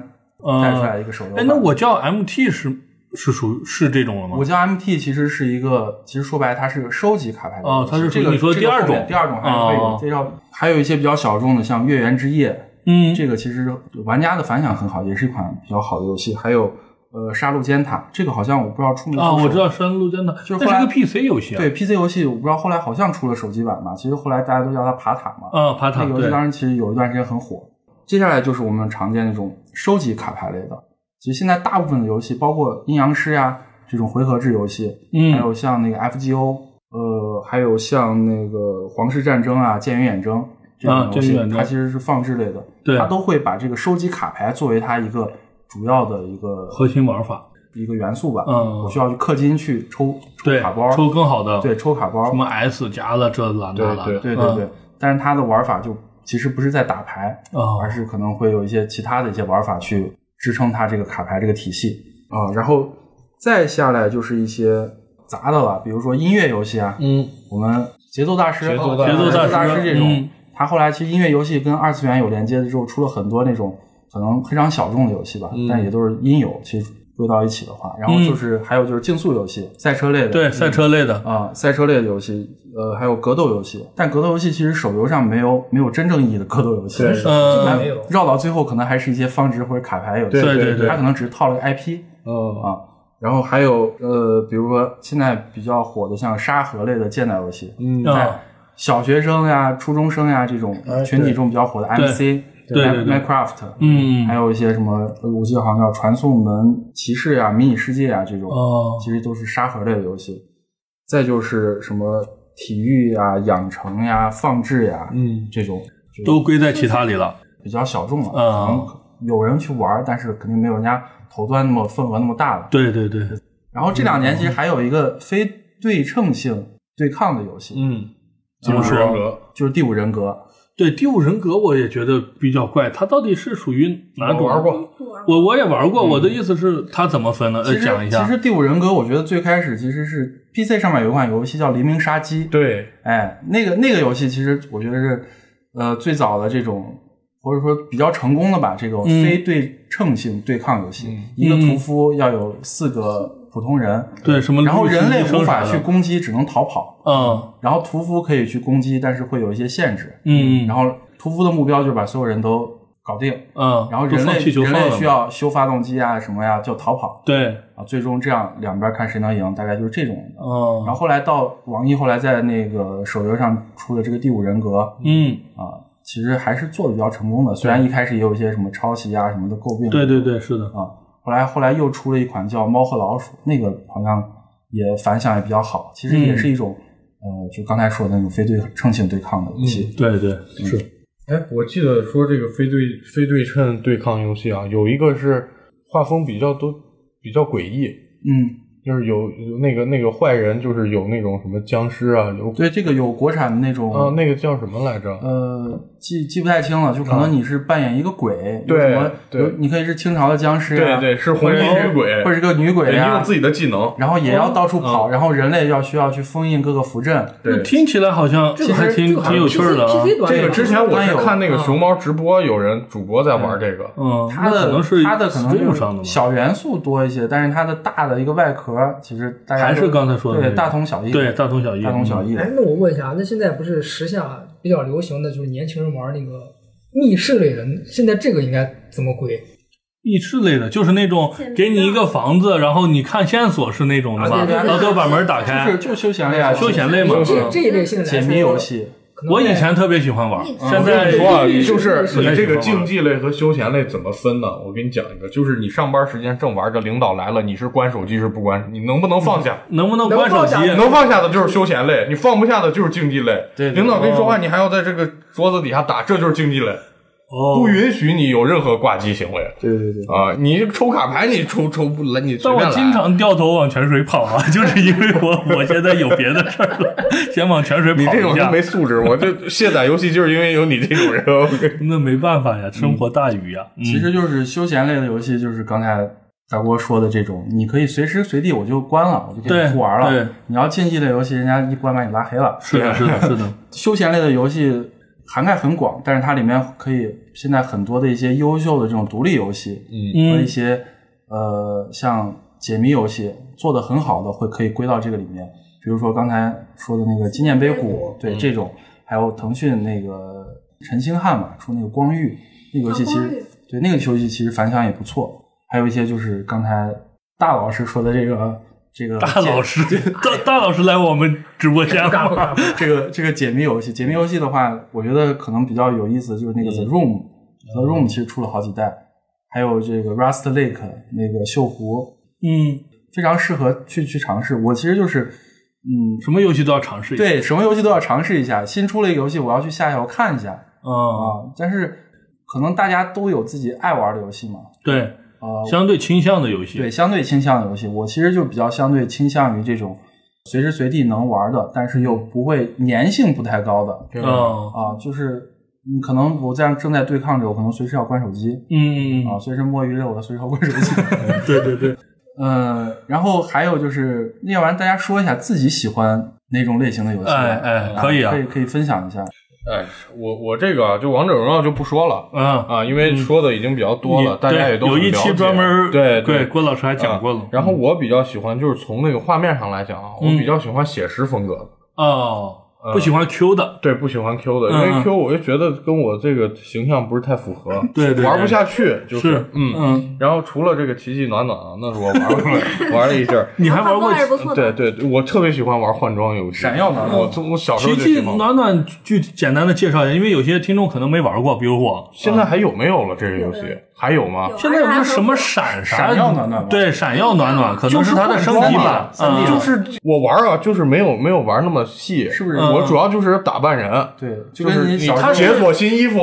S1: 嗯
S3: 带出来一个手游
S1: 哎
S3: 版。，
S1: 那我叫 MT 是是属于是这种了吗
S3: 我？叫 MT，其实是一个，其实说白了它是个收集卡牌的
S1: 哦
S3: 游戏
S1: 它是
S3: 这个
S1: 你说
S3: 这
S1: 第
S3: 个
S1: 二
S3: 后面
S1: 种
S3: 第二种还有这
S1: 哦
S3: 个介绍，还有一些比较小众的，像《月圆之夜》，
S1: 嗯，
S3: 这个其实玩家的反响很好，也是一款比较好的游戏。还有呃，《杀戮尖塔》，这个好像我不知道出没
S1: 啊，
S3: 出手
S1: 我知道《山路真的》，
S3: 就是后
S1: 那
S3: 来
S1: 是个 PC 游戏啊。
S3: 对 PC 游戏，我不知道后来好像出了手机版吧，其实后来大家都叫它爬塔嘛。
S1: 啊，爬
S3: 这
S1: 塔
S3: 个游戏
S1: 对，
S3: 当时其实有一段时间很火。接下来就是我们常见那种收集卡牌类的，其实现在大部分的游戏，包括阴阳师呀、这种回合制游戏，还
S1: 嗯
S3: 有像那个 FGO，呃，还有像那个皇室战争啊、剑与远征这
S1: 啊
S3: 种游
S1: 剑与
S3: 戏，
S1: 远征
S3: 它其实是放置类的，
S1: 对
S3: 它都会把这个收集卡牌作为它一个主要的一个
S1: 核心玩法，
S3: 一个元素吧。
S1: 嗯
S3: 我需要去氪金去抽抽
S1: 对
S3: 卡包，，
S1: 抽更好的
S3: 对抽卡包
S1: 什，么 S 加了这啦那啦，
S2: 对
S3: 对对
S1: 嗯
S3: 对。但是它的玩法就其实不是在打牌，
S1: 啊
S3: 而是可能会有一些其他的一些玩法去支撑它这个卡牌这个体系啊、然后再下来就是一些杂的了，比如说音乐游戏啊，
S2: 嗯
S3: 我们节奏大师、
S2: 节奏大
S1: 节奏
S2: 师
S3: 大
S1: 大师
S3: 这种，
S1: 嗯
S3: 它后来其实音乐游戏跟二次元有连接的之后，出了很多那种可能非常小众的游戏吧，但也都是音游，其实归到一起的话，然后就是、还有就是竞速游戏、赛车类的，
S1: 对，赛车类的，
S3: 啊、赛车类的游戏，呃，还有格斗游戏，但格斗游戏其实手游上没有没有真正意义的格斗游戏，
S4: 对
S1: 呃，
S4: 没有
S3: 绕到最后可能还是一些方值或者卡牌游戏，
S1: 对对对
S3: 它可能只是套了个 IP
S2: 嗯
S3: 啊。然后还有呃，比如说现在比较火的像沙盒类的剑道游戏，
S2: 嗯
S1: 啊，
S3: 小学生呀、初中生呀这种
S4: 哎
S3: 群体中比较火的 MC、
S1: 对对对对
S3: Minecraft，
S1: 嗯
S3: 还有一些什么，呃我记得好像叫《传送门骑士》呀、《迷你世界》啊这种，
S1: 哦
S3: 其实都是沙盒类的游戏。再就是什么体育呀、养成呀、放置呀，
S2: 嗯，
S3: 这种
S1: 都归在其他里了。
S3: 比较小众了，
S1: 啊
S3: 可能有人去玩，但是肯定没有人家头端那么份额那么大了。
S1: 对对对，
S3: 然后这两年其实还有一个非对称性对抗的游戏，
S2: 嗯，
S1: 怎么
S2: 人
S1: 说？
S2: 格
S3: 就是《第五人格》。
S1: 对《第五人格》，我也觉得比较怪，它到底是属于哪种？
S2: 我玩
S3: 呃
S2: 过，
S5: 不玩过
S1: 我我也玩过。我的意思是，它怎么分呢？
S3: 嗯其
S1: 呃，
S3: 实
S1: 讲一下。
S3: 其实《第五人格》我觉得最开始其实是 PC 上面有一款游戏叫《黎明杀机》，
S2: 对，
S3: 哎，那个那个游戏其实我觉得是呃最早的这种或者说比较成功的吧，这种
S1: 嗯
S3: 非对称性对抗游戏，一个屠夫要有四个普通人，
S1: 对什么？
S3: 然后人类无法去
S1: 生产的。
S3: 攻击，只能逃跑，
S1: 嗯
S3: 然后屠夫可以去攻击，但是会有一些限制，
S1: 嗯，
S3: 然后屠夫的目标就是把所有人都搞定，
S1: 嗯，
S3: 然后
S1: 不
S3: 人
S1: 放
S3: 类
S1: 气球
S3: 人
S1: 放了
S3: 类
S1: 吗
S3: 需要修发动机啊什么呀，就逃跑。
S1: 对，
S3: 啊，最终这样两边看谁能赢，大概就是这种的。
S1: 嗯，
S3: 然后后来到网易后来在那个手游上出的这个《第五人格》
S1: 嗯，
S3: 啊，其实还是做的比较成功的，虽然一开始也有一些什么抄袭啊什么的诟病。
S1: 对对对，是的，
S3: 啊，后来后来又出了一款叫《猫和老鼠》，那个好像也反响也比较好，其实也
S2: 嗯
S3: 是一种、呃，就刚才说的那种非对称性对抗的游戏。
S1: 嗯对对是，
S2: 哎，我记得说这个非对非对称对抗游戏啊，有一个是画风比较都比较诡异，
S3: 嗯，
S2: 就是有有那个那个坏人，就是有那种什么僵尸啊，有
S3: 对，这个有国产的那种。
S2: 啊，那个叫什么来着？
S3: 呃，记记不太清了，就可能你是扮演一个鬼，有
S2: 对
S3: 什么
S2: 对
S3: 有你可以是清朝的僵尸、啊，
S2: 对对是
S3: 或者
S2: 红衣女鬼啊
S3: 或者是个女鬼
S2: 对，
S3: 呀、
S2: 用自己的技能，
S3: 然后也
S1: 哦
S3: 要到处跑，然后人类要需要去封印各个符阵。
S2: 对，
S1: 听起来好像
S4: 这个
S1: 还
S4: 还
S1: 挺挺有趣儿的啊
S4: PC。PC 端
S2: 这个
S4: 的
S2: 嗯
S4: 吧
S2: 之前我
S3: 端
S2: 是
S3: 有
S2: 看那个熊猫直播，有人主播在玩这个，
S1: 嗯，
S3: 它
S1: 那
S3: 的
S1: 可能是
S3: 它的可能
S1: Steam
S3: 就
S1: 上的
S3: 是
S1: 吧
S3: 小元素多一些，但是它的大的一个外壳其实大家
S1: 还是刚才说的那
S3: 对
S1: 个
S3: 大同小异，
S1: 对，大同小异，嗯
S3: 大同小异。
S4: 哎，那我问一下，那现在不是时下比较流行的就是年轻人玩那个密室类的，现在这个应该怎么归？
S1: 密室类的，就是那种
S5: 简单
S1: 给你一个房子，然后你看线索是那种的吧，
S3: 啊对对对
S1: 然后最后把门打
S3: 就是
S1: 开，
S3: 就是休闲类啊，
S1: 休闲类嘛
S3: 就
S1: 嗯
S3: 是
S4: 这这一类现在
S3: 解
S4: 来说
S3: 密游，戏。
S4: 可能
S1: 我以
S4: 在
S1: 前特别喜欢玩，
S5: 嗯
S1: 现
S2: 我跟
S1: 在
S2: 你说啊，
S4: 是
S2: 就是
S4: 是
S2: 你这个竞技类和休闲类怎么分呢？我给你讲一个，就是你上班时间正玩着，领导来了，你是关手机是不关？你能不能放下？
S1: 能不能关手机？
S4: 能放下
S2: 能放下的就是休闲类，你放不下的就是竞技类。
S3: 对哦对
S2: 领导跟你说话，你还要在这个桌子底下打，这就是竞技类，
S1: 哦
S2: 不允许你有任何挂机行为
S3: 对对
S1: 嗯
S3: 对，
S2: 啊！你抽卡牌，你抽抽不来，你随
S1: 但我
S2: 便来。
S1: 经常掉头往泉水跑啊， 就是因为我我现在有别的事儿了，先往泉水跑
S2: 你
S1: 一下。
S2: 这种人没素质，我就卸载游戏就是因为有你这种人。我跟
S1: 那没办法呀，生活大于呀。嗯
S3: 其 实就是休闲类的游戏，就是刚才大郭说的这种，你可以随时随地我就关了，我就可
S1: 对
S3: 以不玩
S1: 对
S3: 了。你要竞技类游戏，人家一关把你拉黑了。
S1: 是的，是啊的，是的，
S3: 休闲类的游戏涵盖很广，但是它里面可以现在很多的一些优秀的这种独立游戏，
S1: 嗯
S3: 和一些呃像解谜游戏做的很好的会可以归到这个里面，比如说刚才说的那个纪念碑
S1: 嗯
S3: 谷，对、这种，还有腾讯那个陈星汉嘛出那个光遇那个游戏，其
S5: 啊光
S3: 实
S5: 遇
S3: 对那个游戏其实反响也不错，还有一些就是刚才大老师说的这个这个
S1: 大老师，大大老师来我们直播间
S4: 不干不
S1: 玩，
S4: 干 不干
S3: 这个这个解谜游戏，解谜游戏的话，我觉得可能比较有意思，就是那个 The Room、The Room 其实出了好几代，还有这个 Rust Lake 那个锈湖，
S1: 嗯，
S3: 非常适合去去尝试。我其实就是，嗯，
S1: 什么游戏都要尝试一下。，
S3: 对，什么游戏都要尝试一下。新出了一个游戏，我要去下一下，我看一下
S1: 嗯，
S3: 啊。但是可能大家都有自己爱玩的游戏嘛，
S1: 对，
S3: 啊，
S1: 相对倾向的游戏。
S3: 对，相对倾向的游戏，我其实就比较相对倾向于这种随时随地能玩的，但是又不会粘性不太高的。
S2: 你说，
S1: 嗯
S3: 啊，就是你可能我这样正在对抗着，我可能随时要关手机
S1: 嗯，
S3: 啊，随时摸鱼着，我随时要关手机。
S1: 对对对，
S3: 嗯，然后还有就是，要不然大家说一下自己喜欢哪种类型的游戏吧？
S1: 哎哎
S3: 啊
S1: 可以啊
S3: 可以可以分享一下。
S2: 哎，我我这个啊就王者荣耀就不说了
S1: 嗯，
S2: 啊，因为说的已经比较多了，
S1: 你
S2: 大家
S1: 对
S2: 也都
S1: 有
S2: 很
S1: 一
S2: 了
S1: 期
S2: 解
S1: 专门
S2: 对
S1: 对郭老师还讲过了嗯
S2: 嗯。然后我比较喜欢就是从那个画面上来讲啊，我比较喜欢写实风格的。
S1: 哦，不喜欢 Q 的，
S2: 对，不喜欢 Q 的，因
S1: 嗯
S2: 为
S1: 嗯
S2: Q 我就觉得跟我这个形象不是太符合，
S1: 对对
S2: 玩
S1: 对
S2: 不下去，就是嗯
S1: 嗯，
S2: 然后除了这个奇迹暖暖啊，那是我玩过玩了 一阵儿，
S1: 你还
S5: 画
S1: 玩
S5: 风
S1: 过
S5: 还是不错
S2: 对
S5: 的。
S2: 对，对我特别喜欢玩换装游戏，
S3: 闪耀暖暖
S2: 我从我小时候
S1: 奇
S2: 就
S1: 迹
S2: 喜欢玩。
S1: 暖暖？就简单的介绍一下，因为有些听众可能没玩过，比如我。
S2: 现在还有没有了这个游戏
S5: 有的？
S2: 还有吗？
S1: 现在有个什么闪啥
S3: 闪耀暖暖吗
S1: 对，闪耀暖暖可能
S2: 就是
S1: 它的升级版，
S3: 换装嘛
S1: 嗯
S2: 就是我玩啊，就是没有没有玩那么细，
S3: 是不是
S1: 嗯
S2: 我主要就是打扮人，
S3: 对，就
S2: 就
S3: 跟
S2: 是
S3: 你
S2: 你
S3: 小时
S1: 它
S3: 候
S1: 是
S2: 解锁新衣服，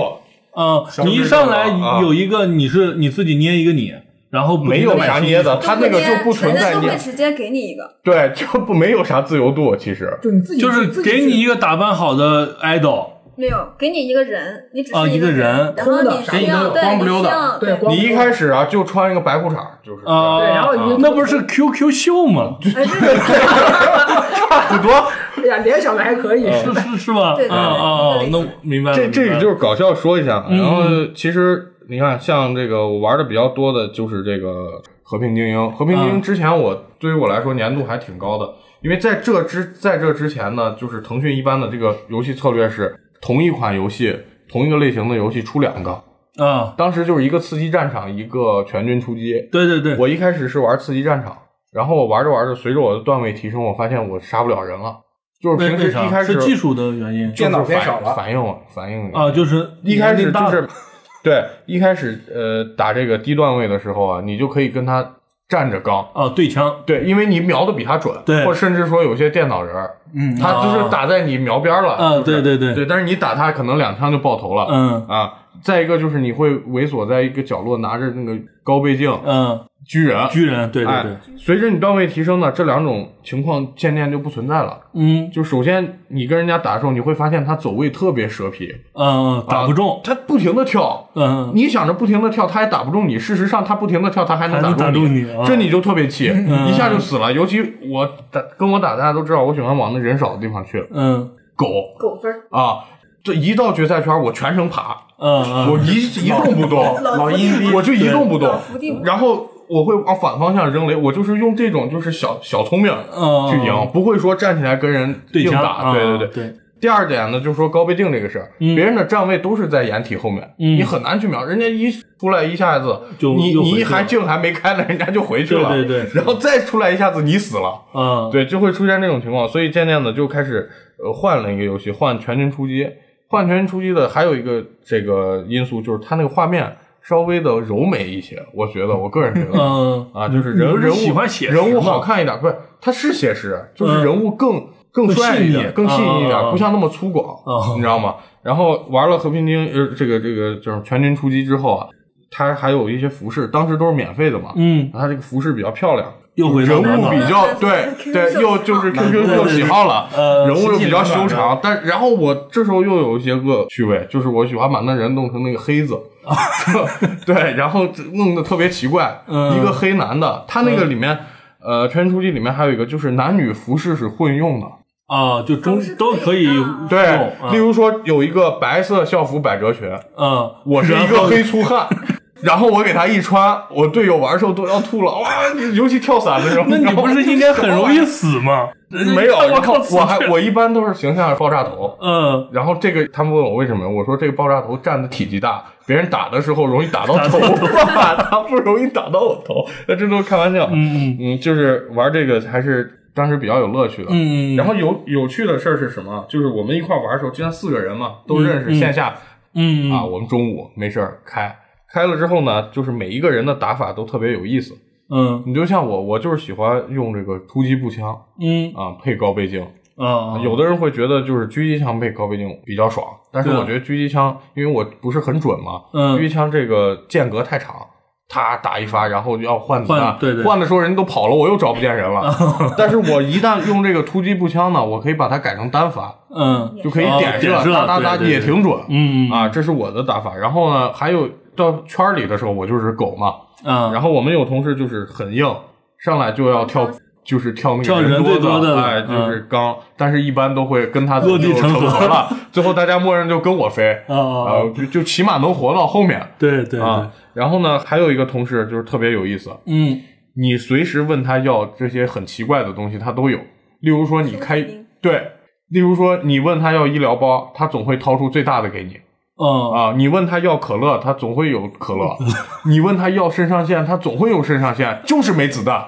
S1: 嗯，
S3: 时
S1: 你一
S3: 候
S1: 上来
S2: 啊
S1: 有一个你是你自己捏一个你，然后不停地
S2: 没有
S1: 买
S2: 啥
S1: 新
S2: 捏
S1: 衣服
S2: 的，它那个就不存在
S5: 就会
S2: 捏，
S5: 直接给你一个，
S2: 对，就不没有啥自由度，其实。
S4: 就你自己
S1: 就是给你一个打扮好的 idol，
S5: 没有给你一个人，你只
S1: 啊
S5: 是
S1: 一个人
S5: 然后你
S4: 空的
S5: 需
S3: 给
S5: 要
S3: 你个
S5: 对，
S3: 光不
S5: 你
S3: 溜
S5: 需
S3: 的
S5: 要
S4: 对光
S2: 你一开始啊就穿一个白裤衩，就是
S1: 啊，
S4: 对然后你就
S1: 那不是 QQ 秀 吗？
S5: 哎这个
S2: 差不多。
S4: 哎呀，联想的还可以，
S1: 是是是吧？
S5: 对对对
S1: 啊啊，啊
S5: 对
S1: 那我明白了。
S2: 这这
S1: 明白
S2: 个
S1: 了
S2: 就是搞笑说一下，啊然后其实你看，像这个我玩的比较多的就是这个和平精英。和平精英之前我对于我来说粘度还挺高的，因为在这之在这之前呢，就是腾讯一般的这个游戏策略是同一款游戏。同一个类型的游戏出两个，
S1: 啊，
S2: 当时就是一个刺激战场，一个全军出击。
S1: 对对对，
S2: 我一开始是玩刺激战场，然后我玩着玩着，随着我的段位提升，我发现我杀不了人了。就是
S1: 为
S2: 平时
S1: 为啥
S2: 一开始
S1: 是技术的原因
S2: 就是
S3: 电脑
S2: 反
S3: 变少了
S2: 反应反应
S1: 啊？就是
S2: 一开
S1: 年
S2: 始
S1: 龄大
S2: 就是对一开始呃打这个低段位的时候啊，你就可以跟他站着刚。
S1: 啊对枪，
S2: 对，因为你瞄的比他准，
S1: 对
S2: 或甚至说有些电脑人儿，
S3: 嗯
S2: 他就是打在你瞄边儿了，
S1: 啊
S2: 就是
S1: 对对对
S2: 但是你打他可能两枪就爆头了，
S1: 嗯
S2: 啊，再一个就是你会猥琐在一个角落拿着那个高倍镜
S1: 嗯，
S2: 狙人，
S1: 巨人，对对对
S2: 哎，，随着你段位提升呢，这两种情况渐渐就不存在了。
S1: 嗯
S2: 就首先你跟人家打的时候，你会发现他走位特别蛇皮，
S1: 嗯，打不中，
S2: 他不停的跳，
S1: 嗯，
S2: 你想着不停的跳，他也打不中你。事实上，他不停的跳，他还能
S1: 还能
S2: 中
S1: 打中你啊嗯
S2: 这你就特别气，一下就死了。尤其我打跟我打，大家都知道，我喜欢往那人少的地方去。
S1: 嗯
S2: 狗
S5: 狗分儿，
S2: 啊，这一到决赛圈，我全程爬，
S1: 嗯嗯，
S2: 我一一动不动，
S3: 老阴逼，
S2: 我就一动不动
S5: 老伏地，魔
S2: 然后我会往反方向扔雷，我就是用这种就是小小聪明
S1: 嗯
S2: 去赢，不会说站起来跟人
S1: 对
S2: 硬
S1: 枪，
S2: 打。
S1: 啊
S2: 对对对
S1: 对。对，
S2: 第二点呢，就是说高倍镜这个事儿，别人的站位都是在掩体后面，
S1: 嗯
S2: 你很难去瞄，人家一出来一下子，
S1: 就
S2: 你
S1: 又回
S2: 你
S1: 去
S2: 一
S1: 了
S2: 还镜还没开呢，人家就回去了，
S1: 对对对
S2: 然后再出来一下子你死了，
S1: 嗯
S2: 对，就会出现这种情况，所以渐渐的就开始呃换了一个游戏，换全军出击，换全军出击的还有一个这个因素就是它那个画面稍微的柔美一些，我觉得我个人觉得。
S1: 嗯
S2: 啊，就是
S1: 你
S2: 人
S1: 不是
S2: 人物
S1: 喜欢写实
S2: 人物
S1: 吗
S2: 好看一点，不是，它是写实，就是
S1: 嗯
S2: 人物更、更
S1: 更
S2: 帅
S1: 细
S2: 一
S1: 腻
S2: 点，更细腻一点，
S1: 啊啊啊
S2: 不像那么粗犷，
S1: 啊
S2: 你知道吗？然后玩了和平精英呃这个这个就是全军出击之后啊，它还有一些服饰，当时都是免费的嘛，
S1: 嗯，
S2: 它这个服饰比较漂亮。
S1: 又回到
S2: 人
S1: 暖
S2: 物比
S1: 暖，
S2: 较
S5: 暖
S2: 对
S5: 暖
S2: 对，又就是
S5: 暖
S2: QQ 又喜好了，
S1: 呃
S2: 人物又
S3: 亲
S2: 比
S3: 近
S2: 较
S3: 暖
S2: 修
S3: 暖
S2: 长，但然后我这时候又有一些恶趣味，就是我喜欢把那人弄成那个 黑子，对，然后弄得特别奇怪，
S1: 嗯
S2: 一个黑男的，他那个里面，呃，《全员出击》里面还有一个就是男女服饰是混用的，
S1: 啊，就中
S5: 都是
S1: 都可
S5: 可
S1: 以
S5: 以的
S1: 用，
S2: 对，例
S1: 嗯
S2: 如说有一个白色校服百褶裙，
S5: 啊
S1: 嗯，
S2: 我是一
S1: 然
S2: 个
S1: 后
S2: 黑粗 汉。然后我给他一穿，我队友玩的时候都要吐了，哇！尤其跳伞的时候，
S1: 那你不是应该很容易死吗？
S2: 没有，
S1: 我
S2: 然
S1: 靠
S2: 后
S1: 死去，
S2: 我还我一般都是形象是爆炸头。
S1: 嗯，
S2: 然后这个他们问我为什么，我说这个爆炸头占的体积大，别人打的时候容易打到头发， 他不容易打到我头。那这都是开玩笑。
S1: 嗯
S2: 嗯，就是玩这个还是当时比较有乐趣的。
S1: 嗯
S2: 然后有有趣的事儿是什么？就是我们一块玩的时候，既然四个人嘛，都认识，
S1: 嗯嗯
S2: 线下、
S1: 嗯
S2: 啊，我们中午没事儿开。开了之后呢，就是每一个人的打法都特别有意思。
S1: 嗯
S2: 你就像我，我就是喜欢用这个突击步枪
S1: 嗯
S2: 啊，配高倍镜，
S1: 啊，
S2: 有的人会觉得就是狙击枪配高倍镜比较爽，但是
S1: 对啊
S2: 我觉得狙击枪，因为我不是很准嘛，
S1: 嗯
S2: 狙击枪这个间隔太长，他打一发然后要换子弹
S1: 换，对对
S2: 换的时候人都跑了，我又找不见人了。 但是我一旦用这个突击步枪呢，我可以把它改成单发，
S1: 嗯
S2: 就可以
S1: 哦
S2: 点
S1: 点射
S2: 哒哒哒
S1: 对对对
S2: 也挺准
S1: 嗯
S2: 啊，这是我的打法。然后呢，还有到圈儿里的时候，我就是狗嘛，
S1: 啊，
S2: 然后我们有同事就是很硬，上来就要跳就是跳那
S1: 跳
S2: 个
S1: 人
S2: 多
S1: 最多的
S2: 哎，
S1: 嗯
S2: 就是刚，但是一般都会跟他
S1: 落地
S2: 就
S1: 成
S2: 成
S1: 盒
S2: 了，最后大家默认就跟我飞，
S1: 啊啊
S2: 呃，就就起码能活到后面
S1: 对对对
S2: 啊，。然后呢，还有一个同事就是特别有意思，
S1: 嗯
S2: 你随时问他要这些很奇怪的东西，他都有。例如说你开
S5: 收集
S2: 对，例如说你问他要医疗包，他总会掏出最大的给你
S1: 嗯
S2: 啊、你问他要可乐，他总会有 可乐；你问他要肾上腺，他总会有肾上腺，就是没 子弹。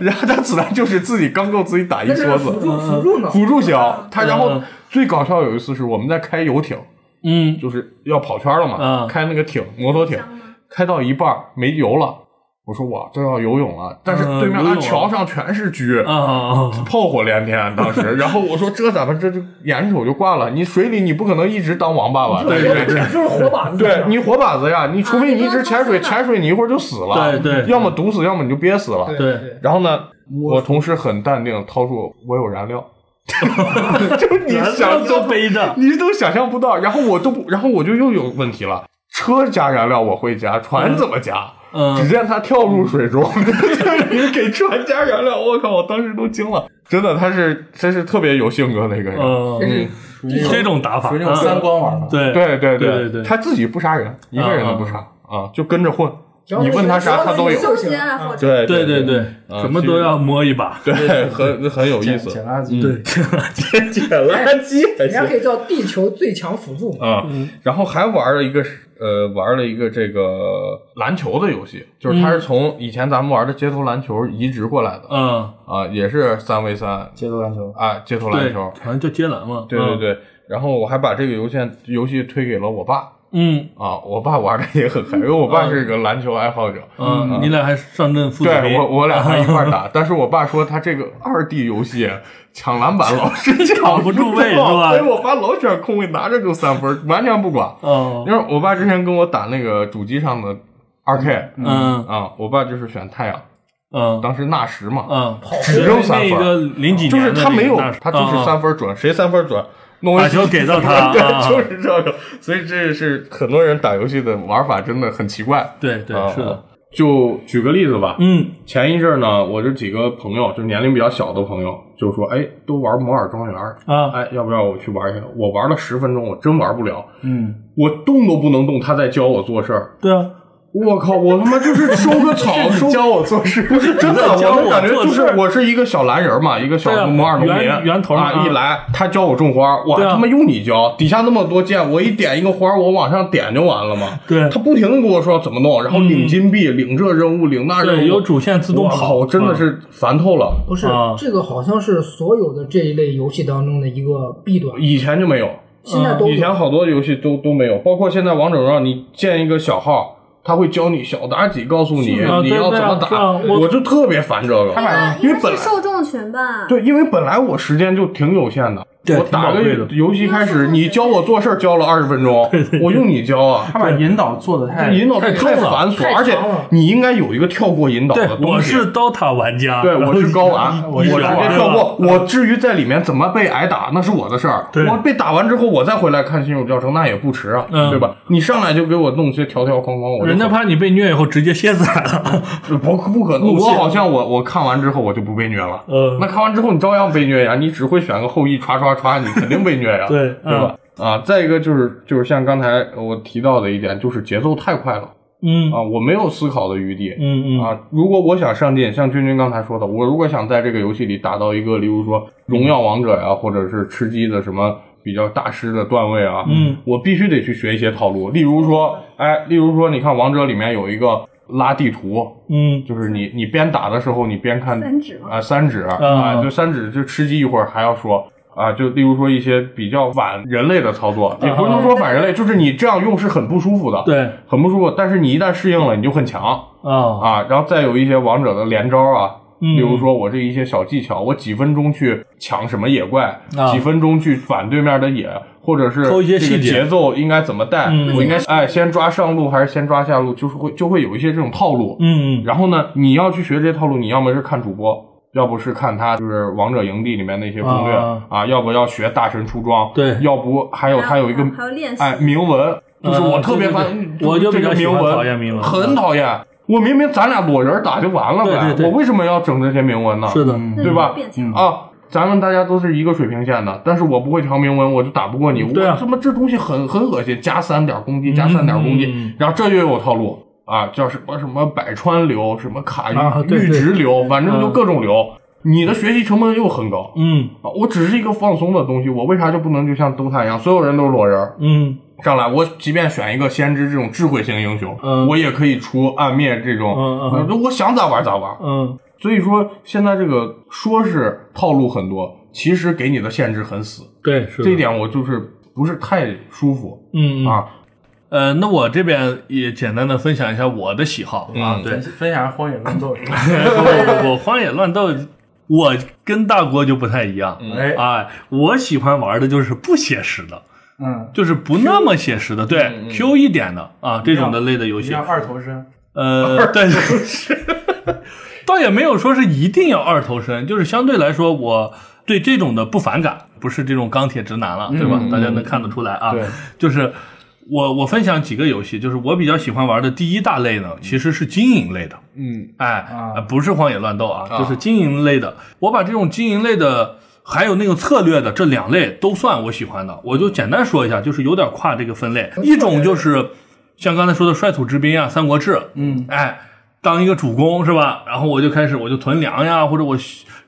S2: 然后他子弹就是自己刚够自己打一
S4: 那是
S2: 梭
S4: 辅
S2: 子，
S4: 助辅助呢？
S2: 辅助型。他然后
S1: 嗯
S2: 最搞笑有一次是我们在开游艇，
S1: 嗯
S2: 就是要跑圈了嘛，
S1: 嗯
S2: 开那个艇摩托
S4: 嗯
S2: 艇，开到一半儿没油了，我说哇，这要游泳了，但是
S1: 嗯
S2: 对面
S1: 游泳
S2: 那
S1: 了
S2: 桥上全是蛆，
S1: 啊啊啊
S2: 炮火连天当时。然后我说这咱们这就眼瞅就挂了，你水里你不可能一直当王八吧？
S1: 对
S2: 对对对。
S4: 就是火把子。
S2: 对你火靶子呀，你除非你一直潜水，
S5: 啊
S2: 潜水你一会儿就死了，
S1: 对对对
S2: 要么毒死，要么你就憋死了。
S4: 对
S1: 对
S4: 对，
S2: 然后呢，我同事很淡定，掏出我有燃 料，就是你想
S1: 都背着，
S2: 你都想象不到。然后我都不，然后我就又有问题了。车加燃料我会加，船怎么加？只
S1: 嗯
S2: 见他跳入水中， 你给船加燃料，我靠！我当时都惊了，真的，他是真是特别有性格的一个人。
S4: 这
S1: 嗯，
S4: 是
S3: 属于那
S1: 这种打法，
S3: 属于那种三观玩法。
S1: 对
S2: 对对
S1: 对对
S2: 对
S1: 对嗯
S2: 他自己不杀人，一个人都不杀啊，就跟着混。
S4: 只要
S2: 你问他啥，他都有。
S5: 纠结啊或者
S2: 对
S1: 对对
S2: 对
S1: 对，
S2: 嗯
S1: 什么都要摸一把。
S2: 对，很很有意
S3: 捡
S2: 思
S3: 捡垃
S1: 嗯
S3: 圾，对，
S2: 捡捡垃圾
S4: 人家可以叫地球最强辅助嘛。
S2: 啊，然后还玩了一个是呃，玩了一个这个篮球的游戏，就是它是从以前咱们玩的街头篮球移植过来的
S1: 嗯，
S2: 啊，也是三 v 三
S3: 街头篮球，
S2: 啊，街头篮
S1: 对，
S2: 球
S1: 好，像叫接篮嘛。
S2: 对嗯对对。然后我还把这个游戏游戏推给了我爸
S1: 嗯，
S2: 啊，我爸玩的也很嗨，因为我爸是个篮球爱好者。
S1: 嗯嗯，你俩还上阵父子
S2: 对
S1: 兵
S2: 我，我 俩还一块儿打，但是我爸说他这个二 D 游戏抢篮板老 是
S1: 抢
S2: 抢
S1: 不住位是
S2: 到
S1: 吧
S2: 所以我爸老选空位拿着就三分，完全不管。
S1: 哦，
S2: 因为我爸之前跟我打那个主机上的二 K，
S1: 嗯
S2: 啊，我爸就是选太阳，
S1: 嗯
S2: 当时纳什嘛，
S1: 嗯，
S2: 只扔三
S1: 那
S2: 分，
S1: 个零几
S2: 就是
S1: 年的
S2: 他没有
S1: 那嗯个，
S2: 他就是三分准，谁三分准，弄
S1: 把球给到他啊
S2: 对，就是这个，所以这是很多人打游戏的玩法真的很奇怪。
S1: 对对
S2: 啊
S1: 是的，。
S2: 就举个例子吧，
S1: 嗯
S2: 前一阵儿呢，我这几个朋友，就年龄比较小的朋友，就说，哎，都玩摩尔庄园儿，
S1: 啊，
S2: 哎，要不要我去玩一下？我玩了十分钟，我真玩不了，
S3: 嗯，
S2: 我动都不能动，他在教我做事儿。
S1: 对啊，
S2: 我靠！我他妈就是收个 草，收
S3: 教我做事，
S2: 不是真的，
S1: 教
S2: 我
S1: 我
S2: 就感觉
S1: 做
S2: 就
S1: 事
S2: 是
S1: 儿
S2: 我是一个小蓝人儿嘛，一个
S1: 对啊
S2: 小摩尔农民
S1: 圆圆头儿
S2: 啊，
S1: 嗯
S2: 一来他教我种花，哇，
S1: 对啊
S2: 他妈用你教，底下那么多键，我一点一个花，我往上点就完了嘛。
S1: 对啊
S2: 他不停的跟我说怎么弄，然后领金币，领这任务，领那任务，
S1: 对，有主线自动
S2: 我靠
S1: 跑，嗯
S2: 我真的是烦透了，
S4: 不是
S1: 啊，
S4: 这个好像是所有的这一类游戏当中的一个弊端，
S2: 以前就没有，
S4: 现在都
S2: 以前
S4: 有。
S2: 好多游戏都都没有，包括现在王者荣耀，你建一个小号。他会教你小打几，告诉你
S1: 是啊
S2: 你
S1: 对
S2: 要
S1: 对
S2: 怎
S1: 啊是
S2: 么
S1: 啊
S2: 打，
S1: 我
S2: 我就特别烦这个。
S5: 啊
S2: 因为
S5: 应该
S2: 本来
S5: 是受众群吧，
S2: 对，因为本来我时间就挺有限的，
S1: 对
S2: 我
S1: 挺
S2: 打
S1: 宝
S2: 个
S1: 贵的
S2: 游戏开始，你教我做事儿教了二十分 钟，我用你教啊，
S3: 他把引导做的太
S2: 这引导
S1: 太
S2: 太
S1: 重了
S2: 繁
S4: 太
S2: 琐，而且
S4: 长了
S2: 你应该有一个跳过引导
S1: 对
S2: 的，
S1: 我
S2: 东西。
S1: 是 DOTA 玩家，
S2: 对，我是高玩，
S1: 然后
S2: 我
S1: 一
S2: 直
S1: 一
S2: 接
S1: 摇对吧
S2: 跳过。我至于在里面怎么被挨打，那是我的事儿。
S1: 对
S2: 我被打完之后，我再回来看新手教程，那也不迟啊，
S1: 嗯
S2: 对吧？你上来就给我弄些条条框框，我就
S1: 人家
S2: 很
S1: 怕你被虐以后直接卸载 了，
S2: 不不可能，
S1: 路
S2: 我
S1: 线
S2: 好像我我看完之后我就不被虐了。
S1: 嗯
S2: 那看完之后你照样被虐呀，你只会选个后羿刷刷刷，你肯定被虐 呀，
S1: 对嗯
S2: 对吧？啊，再一个就是就是像刚才我提到的一点，就是节奏太快了
S1: 嗯
S2: 啊，我没有思考的余地。
S1: 嗯嗯
S2: 啊，如果我想上进，像君君刚才说的，我如果想在这个游戏里达到一个，例如说荣耀王者呀、或者是吃鸡的什么比较大师的段位啊，
S1: 嗯，
S2: 我必须得去学一些套路。例如说，哎，例如说，你看王者里面有一个拉地图，
S1: 嗯，
S2: 就是你你边打的时候，你边看
S5: 三指
S2: 啊、三指啊、
S1: 啊
S2: 就三指就吃鸡一会儿还要说。啊，就例如说一些比较反人类的操作，也不能说反人类，就是你这样用是很不舒服的，，
S1: 啊对
S2: 很不舒服。但是你一旦适应了，你就很强
S1: 啊，
S2: 啊。然后再有一些王者的连招啊，
S1: 嗯
S2: 比如说我这一些小技巧，我几分钟去抢什么野怪，
S1: 啊
S2: 几分钟去反对面的野，或者是
S1: 抠一些
S2: 这个
S1: 细节
S2: 节奏应该怎么带，
S1: 嗯
S2: 我应该哎先抓上路还是先抓下路，就是会就会有一些这种套路，
S1: 嗯嗯
S2: 然后呢，你要去学这些套路，你要么是看主播，要不是看他就是王者营地里面那些攻略
S1: 啊
S2: 啊要不要学大神出装，
S1: 对
S2: 要不还有他有一个
S5: 还有练习，
S2: 哎哎铭文，就是我特别
S1: 啊
S2: 烦
S1: 对对对，
S2: 就
S1: 我就比
S2: 这
S1: 较
S2: 个
S1: 喜
S2: 铭
S1: 欢
S2: 文，
S1: 讨厌铭文
S2: 很讨厌。我明明咱俩裸人打就完了呗，
S1: 对对对
S2: 我为什么要整这些铭文呢？
S1: 是的，
S5: 那
S2: 对吧
S5: 就变强，
S2: 啊，咱们大家都是一个水平线的，但是我不会调铭文，我就打不过你。
S1: 对啊
S2: 我他妈这东西很很恶心，加三点攻击，加
S1: 嗯
S2: 三点攻击，
S1: 嗯
S2: 然后这又有套路啊，叫什么什么百川流，什么卡阈
S1: 啊对
S2: 阈值流，反正就
S1: 嗯
S2: 各种流。你的学习成本又很高
S1: 嗯
S2: 啊！我只是一个放松的东西，我为啥就不能就像 DOTA 一样，所有人都是裸人儿
S1: 嗯
S2: 上来？我即便选一个先知这种智慧型英雄，
S1: 嗯
S2: 我也可以出暗灭这种，呃
S1: 嗯嗯
S2: 我想咋玩咋玩。
S1: 嗯，
S2: 所以说，现在这个说是套路很多，其实给你的限制很死，
S1: 对，是的
S2: 这一点我就是不是太舒服
S1: 嗯嗯
S2: 啊。
S1: 呃，那我这边也简单的分享一下我的喜好啊
S2: 嗯，
S1: 对，
S3: 分享《荒野乱斗》
S1: 不不不，荒野乱斗，我跟大郭就不太一样。
S2: 嗯
S3: 哎，
S1: 哎，我喜欢玩的就是不写实的，
S3: 嗯，
S1: 就是不那么写实的，对
S2: 嗯嗯
S1: ，Q 一点的啊，这种的类的游
S3: 一
S1: 戏
S3: 样，二头身，
S1: 呃，对， 倒也没有说是一定要二头身，就是相对来说，我对这种的不反感，不是这种钢铁直男了，对吧？大家能看得出来啊，
S3: 对
S1: 就是。我我分享几个游戏，就是我比较喜欢玩的第一大类呢，其实是经营类的，
S2: 嗯
S1: 哎，
S3: 啊
S1: 呃不是荒野乱斗啊，
S2: 啊
S1: 就是经营类的。我把这种经营类的，还有那种策略的这两类都算我喜欢的。我就简单说一下，就是有点跨这个分类。一种就是像刚才说的率土之滨啊，三国志，
S3: 嗯，
S1: 哎，当一个主公是吧？然后我就开始我就囤粮呀，或者我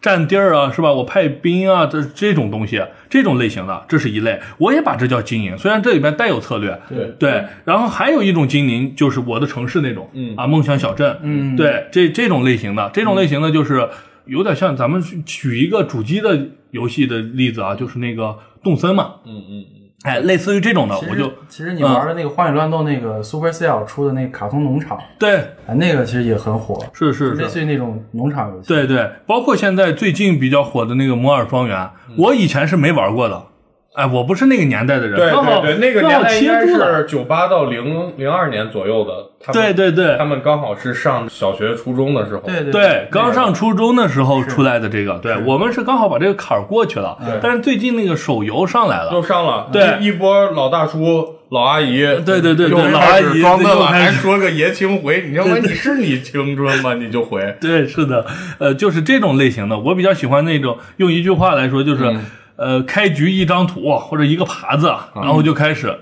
S1: 占地儿啊，是吧？我派兵啊，这这种东西，这种类型的，这是一类。我也把这叫经营，虽然这里边带有策略，
S2: 对
S1: 对。然后还有一种经营就是我的城市那种，
S2: 嗯
S1: 啊，梦想小镇，
S3: 嗯
S1: 对，这这种类型的，这种类型的就是有点像咱们举一个主机的游戏的例子啊，就是那个动森嘛，
S2: 嗯嗯，
S1: 哎，类似于这种的，
S3: 其
S1: 我
S3: 实
S1: 就
S3: 其实你玩的那个《荒野乱斗》那个 Supercell 出的那个卡通农场，
S1: 对，
S3: 啊，那个其实也很火，
S1: 是是
S3: 类
S1: 是。
S3: 似于那种农场游戏。
S1: 对对，包括现在最近比较火的那个《摩尔庄园》
S2: 嗯
S1: 我以前是没玩过的，哎，我不是那个年代的人，
S2: 对
S1: 刚好
S2: 对对，那个年代应该
S1: 刚好切入了
S2: 是九八到零零二年左右的，他
S1: 对
S2: 们
S1: 对对
S2: 他们刚好是上小学、初中的时候，
S3: 对对
S1: 对，刚上初中的时候出来的这个，对我们是刚好把这个坎儿过去了，但是最近那个手游上来了
S2: 又。上了，
S1: 对
S2: 一一波老大叔、老阿姨，
S1: 对对对
S2: 又
S1: 对老
S2: 开
S1: 阿
S2: 始
S1: 姨
S2: 装嫩
S1: 又
S2: 了，
S1: 开
S2: 还
S1: 始
S2: 说个爷青回，你他妈你是你青春吗？你就回，
S1: 对，是的，呃，就是这种类型的，我比较喜欢那种用一句话来说，就是、
S2: 嗯
S1: 呃，开局一张图或者一个耙子，然后就开始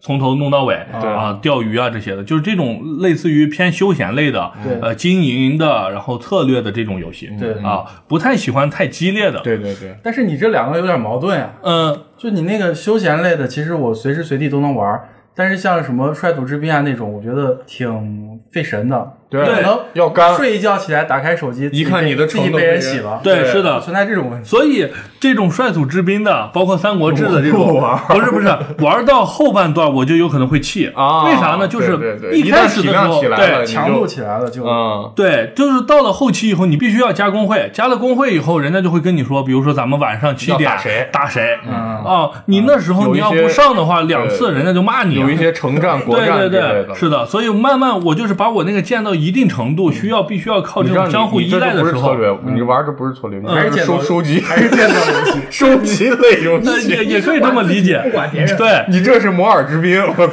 S1: 从头弄到尾
S2: 啊对
S1: 啊，钓鱼啊这些的，就是这种类似于偏休闲类的
S3: 对，
S1: 呃，经营的，然后策略的这种游戏，
S3: 对
S1: 啊，不太喜欢太激烈的，，
S2: 嗯对对对，
S3: 但是你这两个有点矛盾呀、
S1: 嗯、
S3: 就你那个休闲类的，其实我随时随地都能玩儿，但是像什么率土之滨啊那种，我觉得挺费神的。
S2: 对
S3: 可能
S2: 要干
S3: 睡一觉起来打开手机，
S2: 一看
S3: 自己被
S2: 你的
S3: 自己
S2: 城都
S3: 被
S2: 被
S3: 人
S2: 人
S3: 洗了，
S1: 对，
S2: 对
S1: 是的，
S3: 存在这种问题。
S1: 所以这种率土之滨的，包括三国志的这种，
S2: 我不玩
S1: 不是不是，玩到后半段我就有可能会气
S2: 啊
S1: 为啥呢？就
S2: 对
S1: 是
S2: 对对
S1: 一开始的时候，
S2: 一旦体量起来了
S1: 对
S2: 你就
S3: 强度起来了就，
S2: 嗯。
S1: 对，就是到了后期以后，你必须要加工会，加了工会以后，人家就会跟你说，比如说咱们晚上七点
S2: 要打谁
S1: 打谁
S3: 嗯，
S1: 啊，你那时候
S2: 有
S1: 你
S2: 一
S1: 要
S2: 些
S1: 不上的话，两
S2: 对
S1: 次人家就骂你了，
S2: 有一些城战、国
S1: 对
S2: 战
S1: 对
S2: 之类
S1: 对，
S2: 的。嗯
S1: 是的，所以慢慢我就是把我那个建到一定程度，需要必须要靠
S2: 你
S1: 这
S2: 知道
S1: 种
S2: 你
S1: 相互
S2: 你
S1: 依
S2: 这
S1: 赖
S2: 就
S1: 的
S2: 不
S1: 时
S2: 是
S1: 候嗯
S2: 策，略，你玩这不是策略，你
S3: 还
S2: 这
S3: 是
S2: 是
S3: 见
S2: 收
S3: 到
S2: 收集，，
S3: 还是见到游戏
S2: 收集类游
S1: 那也
S2: 戏。
S1: 也可以这么理解，
S4: 不管别人
S1: 对
S2: 你这是摩尔之滨，我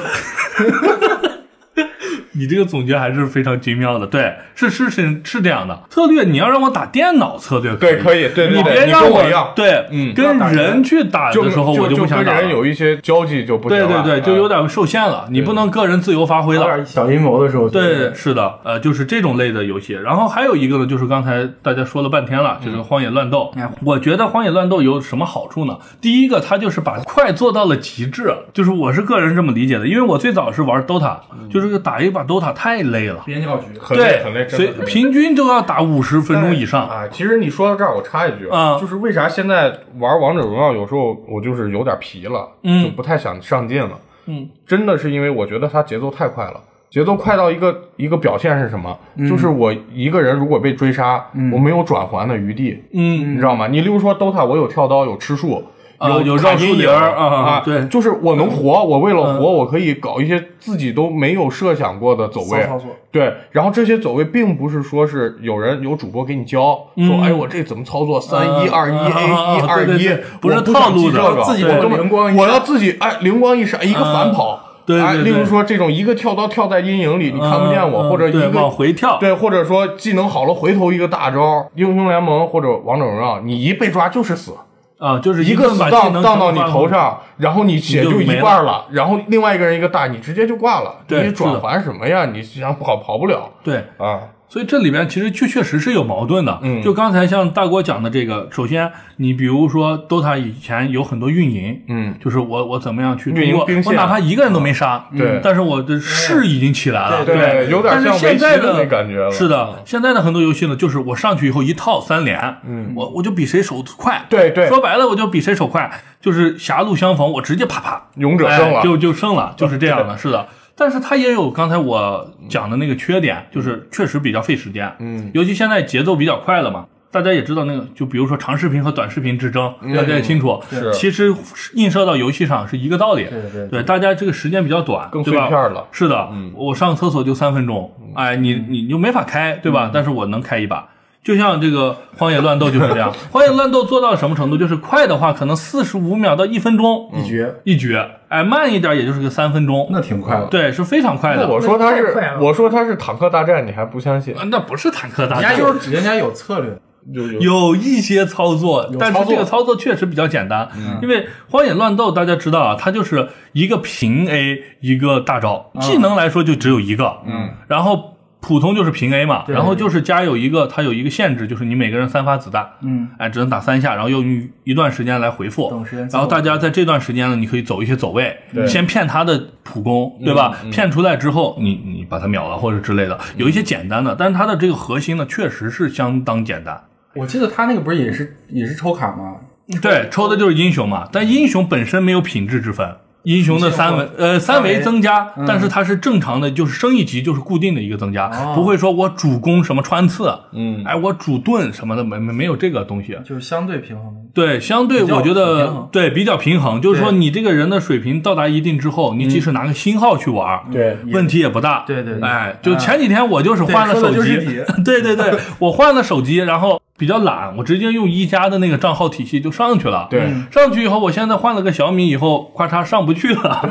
S1: 你这个总结还是非常精妙的，对，是是是是这样的。策略你要让我打电脑策略
S2: 对
S1: 可
S2: 可以对对
S1: 你
S2: 对
S1: 别
S2: 你
S1: 让
S2: 跟我
S1: 我
S2: 一样
S1: 对，
S2: 嗯
S1: 跟人去打
S2: 就
S1: 的时候我
S2: 就
S1: 不想
S2: 跟
S1: 打
S2: 人
S1: 了。
S2: 有一些交际就不行
S1: 对对
S2: 了。嗯
S1: 对，就有点受限了，你不能个人自由发挥
S3: 有
S1: 了。
S3: 点小阴谋的时候就，
S1: 对，是的，呃，就是这种类的游戏。然后还有一个呢，就是刚才大家说了半天了，就是《荒野乱斗》
S2: 哎
S3: 嗯
S1: 我觉得《荒野乱斗》有什么好处呢？第一个，它就是把快做到了极致，就是我是个人这么理解的，因为我最早是玩 DOTA，、就是打一把 DOTA 太累了。
S3: 边教局，
S2: 嗯很累
S1: 对，
S2: 很累，真
S1: 所
S2: 的
S1: 以
S2: 很累
S1: 平均都要打五十分钟以上。
S2: 啊。其实你说到这儿，我插一句
S1: 啊
S2: 就是为啥现在玩王者荣耀有时候我就是有点疲了，
S1: 嗯
S2: 就不太想上进了，
S1: 嗯，
S2: 真的是因为我觉得它节奏太快了。节奏快到一个一个表现是什么？
S1: 嗯
S2: 就是我一个人如果被追杀，我没有转环的余地，
S1: 嗯
S2: 你知道吗？你例如说 DOTA，我有跳刀，有吃树，
S1: 啊有绕
S2: 绕
S1: 树
S2: 树
S1: 林
S2: 林
S1: 儿啊
S2: 啊，
S1: 对嗯
S2: 就是我能活，我为了活，我可以搞一些自己都没有设想过的走位
S3: 骚操作，
S2: 对。然后这些走位并不是说是有人有主播给你教，
S1: 嗯
S2: 说哎我这怎么操作，三
S1: 啊
S2: 一二一
S1: 啊啊
S2: A 一
S1: 啊
S2: 二
S1: 对对
S2: 一
S1: 对，不是
S2: 我
S1: 套路
S2: 想记
S1: 的
S2: 这个
S3: 自己
S2: 我
S3: 的
S2: 根本
S3: 灵光一闪
S2: 我要自己哎灵光一闪，一个反跑。
S1: 嗯对对
S2: 啊，
S1: 对
S2: 例如说这种一个跳刀跳在阴影里，你看不见我，
S1: 嗯
S2: 或者一
S1: 对往
S2: 个
S1: 回跳，
S2: 对，或者说技能好了回头一个大招，英雄联盟或者王者荣耀，你一被抓就是死，
S1: 啊，就是
S2: 一
S1: 个
S2: 个死
S1: 把技
S2: 当
S1: 能
S2: 当到
S1: 全
S2: 你
S1: 部发
S2: 头
S1: 过去，
S2: 上，然后你血
S1: 你就
S2: 就一
S1: 没
S2: 半了，然后另外一个人一个大，你直接就挂了，
S1: 对
S2: 你
S1: 是
S2: 转
S1: 的
S2: 环什么呀？你想跑跑不了
S1: 对，
S2: 啊？
S1: 所以这里边其实确确实是有矛盾的。
S2: 嗯
S1: 就刚才像大郭讲的这个，首先你比如说 DOTA 以前有很多运营，
S2: 嗯，
S1: 就是我我怎么样去
S2: 运营
S1: 通过
S2: 兵
S1: 我
S2: 线嗯
S1: 哪怕一个人都没杀，
S2: 对
S1: 但是我的势已经起来了，
S2: 对
S1: 对，
S2: 有点
S1: 但是
S2: 像围
S1: 现
S2: 棋
S1: 在
S2: 那感觉了，
S1: 是的，现在的很多游戏呢，就是我上去以后一套三连，嗯，我我就比谁手快，
S2: 对对
S1: 说白了我就比谁手快，就是狭路相逢，我直接啪啪，
S2: 勇者胜了
S1: 哎、就就胜 了，就是这样的，是的。但是它也有刚才我讲的那个缺点，就是确实比较费时间，嗯，尤其现在节奏比较快了嘛。大家也知道那个，就比如说长视频和短视频之争，大家也清楚，
S2: 嗯是
S1: 其实映射到游戏上是一个道理。
S3: 对对对
S1: 大家这个时间比较短，
S2: 更
S1: 对吧
S2: 碎片了嗯
S1: 是的，我上厕所就三分钟，哎，你你就没法开，对
S2: 嗯
S1: 吧？但是我能开一把。就像这个《荒野乱斗》就是这 样，《荒野乱斗》做到什么程度？就是快的话，可能四十五秒到一分钟
S3: 一局，
S1: 一局，哎，慢一点也就是个三分钟，
S3: 那挺快了。
S1: 对，是非常快的
S2: 那。我说他
S4: 太
S2: 是
S4: 快，了
S2: 我说他是坦克大战，你还不相信？
S1: 啊那不是坦克大
S3: 人
S1: 战，
S3: 家就是人家有策略，
S2: 有有
S1: 有一些操作，但是
S2: 操作
S1: 这个操作确实比较简单，因为荒野乱斗大家知道啊，它就是一个平 A 一个大招，技能来说就只有一个，嗯，然后普通就是平 A 嘛，然后就是加有一个它有一个限制，就是你每个人三发子弹，
S3: 嗯，
S1: 哎，只能打三下，然后用一段时间来回复，
S3: 等时间自
S1: 然
S3: 动
S1: 后大家在这段时间呢，你可以走一些走位，
S2: 对
S1: 先骗他的普攻，对吧？骗出来之后，你你把他秒了或者之类的，有一些简单的，但是它的这个核心呢，确实是相当简单。
S3: 我记得他那个不是也是也是抽卡吗？
S1: 对，抽的就是英雄嘛，
S3: 嗯
S1: 但英雄本身没有品质之分。英雄的三维，呃，三维增加，但
S3: 嗯
S1: 是它是正常的，就是升一级就是固定的一个增加，
S3: 哦
S1: 不会说我主攻什么穿刺，
S2: 嗯
S1: 哎，我主盾什么的，没没没有这个东西。
S3: 就是相对平衡的。
S1: 对，相对
S3: 比较
S1: 我觉
S3: 平
S1: 得
S3: 衡
S1: 对比较平衡，就是说
S3: 对嗯
S1: 你这个人的水平到达一定之后，你即使拿个新号去玩儿，
S2: 对
S1: 问题也不大。
S3: 对对对嗯
S1: 哎，就前几天我就是换了
S3: 对说
S1: 手
S3: 的
S1: 机
S3: 就是，
S1: 对对对，我换了手机，然后比较懒，我直接用一加的那个账号体系就上去了。
S2: 对，
S3: 嗯
S1: 上去以后，我现在换了个小米以后，咔嚓上不去 了，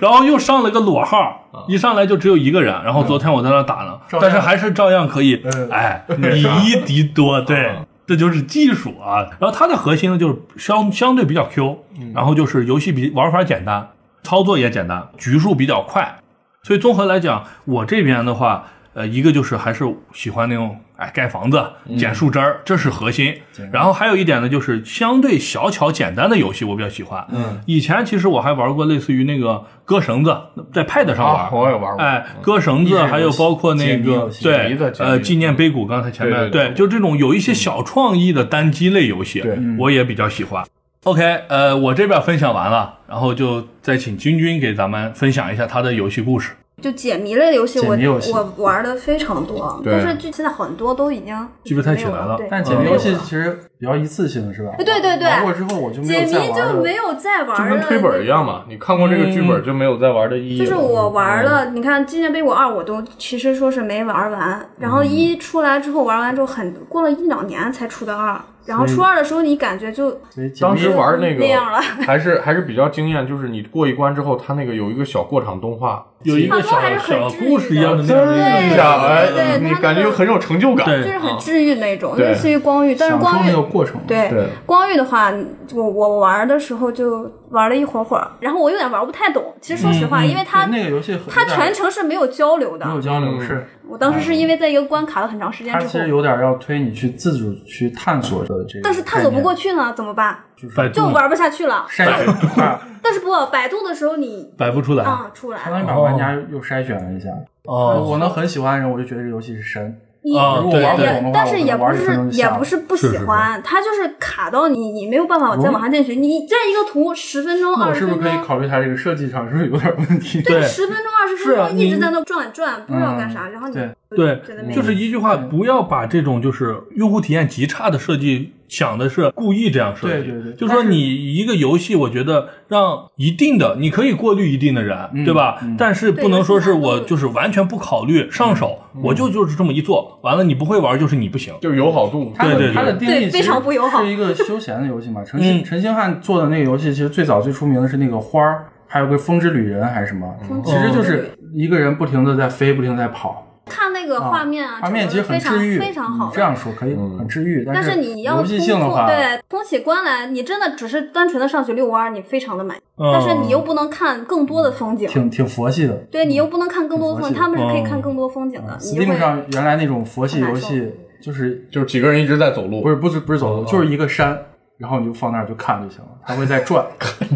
S1: 然后又上了个裸号，一上来就只有一个人。然后昨天我在那打呢，
S3: 啊样
S1: 但是还是照样可以
S3: 嗯， 啊
S1: 哎，以一敌多，对。这就是技术啊，然后它的核心呢就是相相对比较 Q，然
S3: 嗯
S1: 后就是游戏比玩法简单，操作也简单，局数比较快，所以综合来讲，我这边的话，呃，一个就是还是喜欢那种哎盖房子、
S2: 嗯
S1: 捡树枝儿，这是核心。然后还有一点呢，就是相对小巧简单的游戏，我比较喜欢。嗯，以前其实我还玩过类似于那个割绳子，在 Pad 上玩。
S2: 啊，我也玩过，
S1: 哎，割绳
S3: 益智
S1: 子，
S3: 游戏
S1: 还有包括那
S3: 解谜
S1: 个
S3: 游戏
S2: 解
S1: 对
S2: 谜的，解谜
S1: 呃，
S2: 的
S1: 纪念碑谷，刚才前面
S2: 对对对
S1: 就这种有一些小创意的单机类游戏
S2: 对，
S1: 我也比较喜欢。OK，呃，我这边分享完了，然后就再请君君给咱们分享一下他的游戏故事。
S5: 就解谜类的游戏，
S3: 解
S5: 我
S3: 谜游戏
S5: 我玩的非常多，
S2: 对
S5: 但是就现在很多都已经
S1: 记不太起来
S5: 没有
S1: 了
S5: 对
S3: 但解谜游戏其实比较一次性，是吧？
S5: 哎对对对
S3: 玩过之后我就
S5: 解
S3: 没有再
S5: 谜
S3: 玩
S5: 就
S3: 了
S5: 没有再玩
S2: 就
S5: 儿
S2: 跟
S5: 了。
S2: 推本一样嘛，你看过这个剧本就没有再玩的意义了。嗯
S5: 就是我玩了，你看《纪念碑谷二》，我都其实说是没玩完。然后一出来之后，玩完之后很过了一两年才出的二。然后出二的时候，你感觉就
S3: 所以解
S2: 当
S3: 谜
S2: 时玩那个
S5: 那样了
S2: 还是还是比较惊艳，就是你过一关之后，它那个有一个小过场动画，
S1: 有一个
S5: 啊
S1: 小
S5: 都还是很
S1: 小
S5: 治愈
S1: 故事一样的那样的一
S5: 对
S1: 个
S2: 一
S5: 对
S2: 下
S5: 对对
S2: 哎，
S5: 对
S2: 你
S5: 它那
S2: 感觉
S5: 个
S2: 很有成就感。
S5: 就是
S1: 对
S3: 哦
S5: 很治愈那种，
S2: 对
S5: 类似于光遇，但是
S3: 享受
S5: 光
S3: 那个
S5: 遇。
S3: 过程，
S5: 对
S2: 对
S5: 光遇的话，我我玩的时候就玩了一会儿会儿，然后我有点玩不太懂。其实说实
S3: 嗯
S5: 话，因为它
S3: 那个游戏很
S5: 它
S3: 有点
S5: 全程是没有交流的
S3: 没。有交流，
S2: 嗯
S3: 是
S5: 我当时是因为在一个关卡了很长时间
S3: 它
S5: 之
S3: 其
S5: 后
S3: 实，有点要推你去自主去探索的这个概念，
S5: 但是探索不过去呢，怎么办？
S1: 百
S5: 就
S1: 度
S5: 玩不下去了。
S3: 筛选，啊
S5: 但是不，百度的时候你
S1: 摆不出来。
S5: 啊出来
S3: 相
S5: 了，
S3: 当于把玩家又筛选了一下。哎
S1: 哦，
S5: 嗯
S3: 我能很喜欢的人，我就觉得这游戏是神。
S5: 你
S1: 啊
S5: 也
S1: 对对
S5: 也，但是也不
S3: 我可能玩一分
S5: 是
S3: 钟就
S5: 也
S3: 下了
S5: 不是不喜欢，它就是卡到你，你没有办法再往下进去。你这一个图十分钟、
S3: 那
S5: 二
S3: 我是
S5: 十
S3: 不是
S5: 分
S3: 可以
S5: 钟，
S3: 考虑它这个设计上是不是有点问题？
S1: 对
S5: 十分钟、二十
S1: 是
S5: 分
S1: 啊
S5: 钟一直
S1: 你
S5: 在那转转，不知道干啥，然后你
S3: 嗯对
S1: 对
S5: 觉得没，嗯
S1: 就是一句话，不要把这种就是用户体验极差的设计想的是故意这样设计。
S3: 对对对
S1: 就说你一个游戏，我觉得让一定的你可以过滤一定的人，
S3: 嗯
S1: 对吧？但是不能说是我就是完全不考虑上手，
S3: 嗯
S1: 我就就是这么一做，完了你不会玩就是你不行。
S2: 就友好度，
S3: 它的
S1: 对对
S3: 它的定
S5: 对
S3: 义
S5: 非常不友好
S3: 嗯是一个休闲的游戏嘛。陈星陈星汉做的那个游戏，其实最早最出名的是那个花儿，还有个《风之旅人》还是什么，其实就是一个人不停的在飞，不停地在跑，
S5: 看那个画面啊，
S3: 画面其实
S5: 整个
S3: 很
S5: 非常
S3: 治愈，
S5: 非常好
S3: 你这
S5: 的。
S3: 样说可以，很治愈。
S5: 但
S3: 是
S5: 你要
S3: 游戏
S5: 通
S3: 性的
S5: 过
S3: 话，
S5: 对通起关来，你真的只是单纯的上去遛弯儿，你非常的满意。
S1: 嗯
S5: 但是你又不能看更多的风景，
S3: 挺挺佛系的。
S5: 对你又不能看更多的风景，
S3: 挺佛
S5: 他们是可以
S1: 嗯
S5: 看更多风景的。你就
S3: Steam
S5: 会
S3: 上原来那种佛系游
S5: 很
S3: 戏，就是
S2: 就是几个人一直在走路，
S3: 不是不是不是走路，啊就是一个山，然后你就放那儿就看就行了，它会在 转，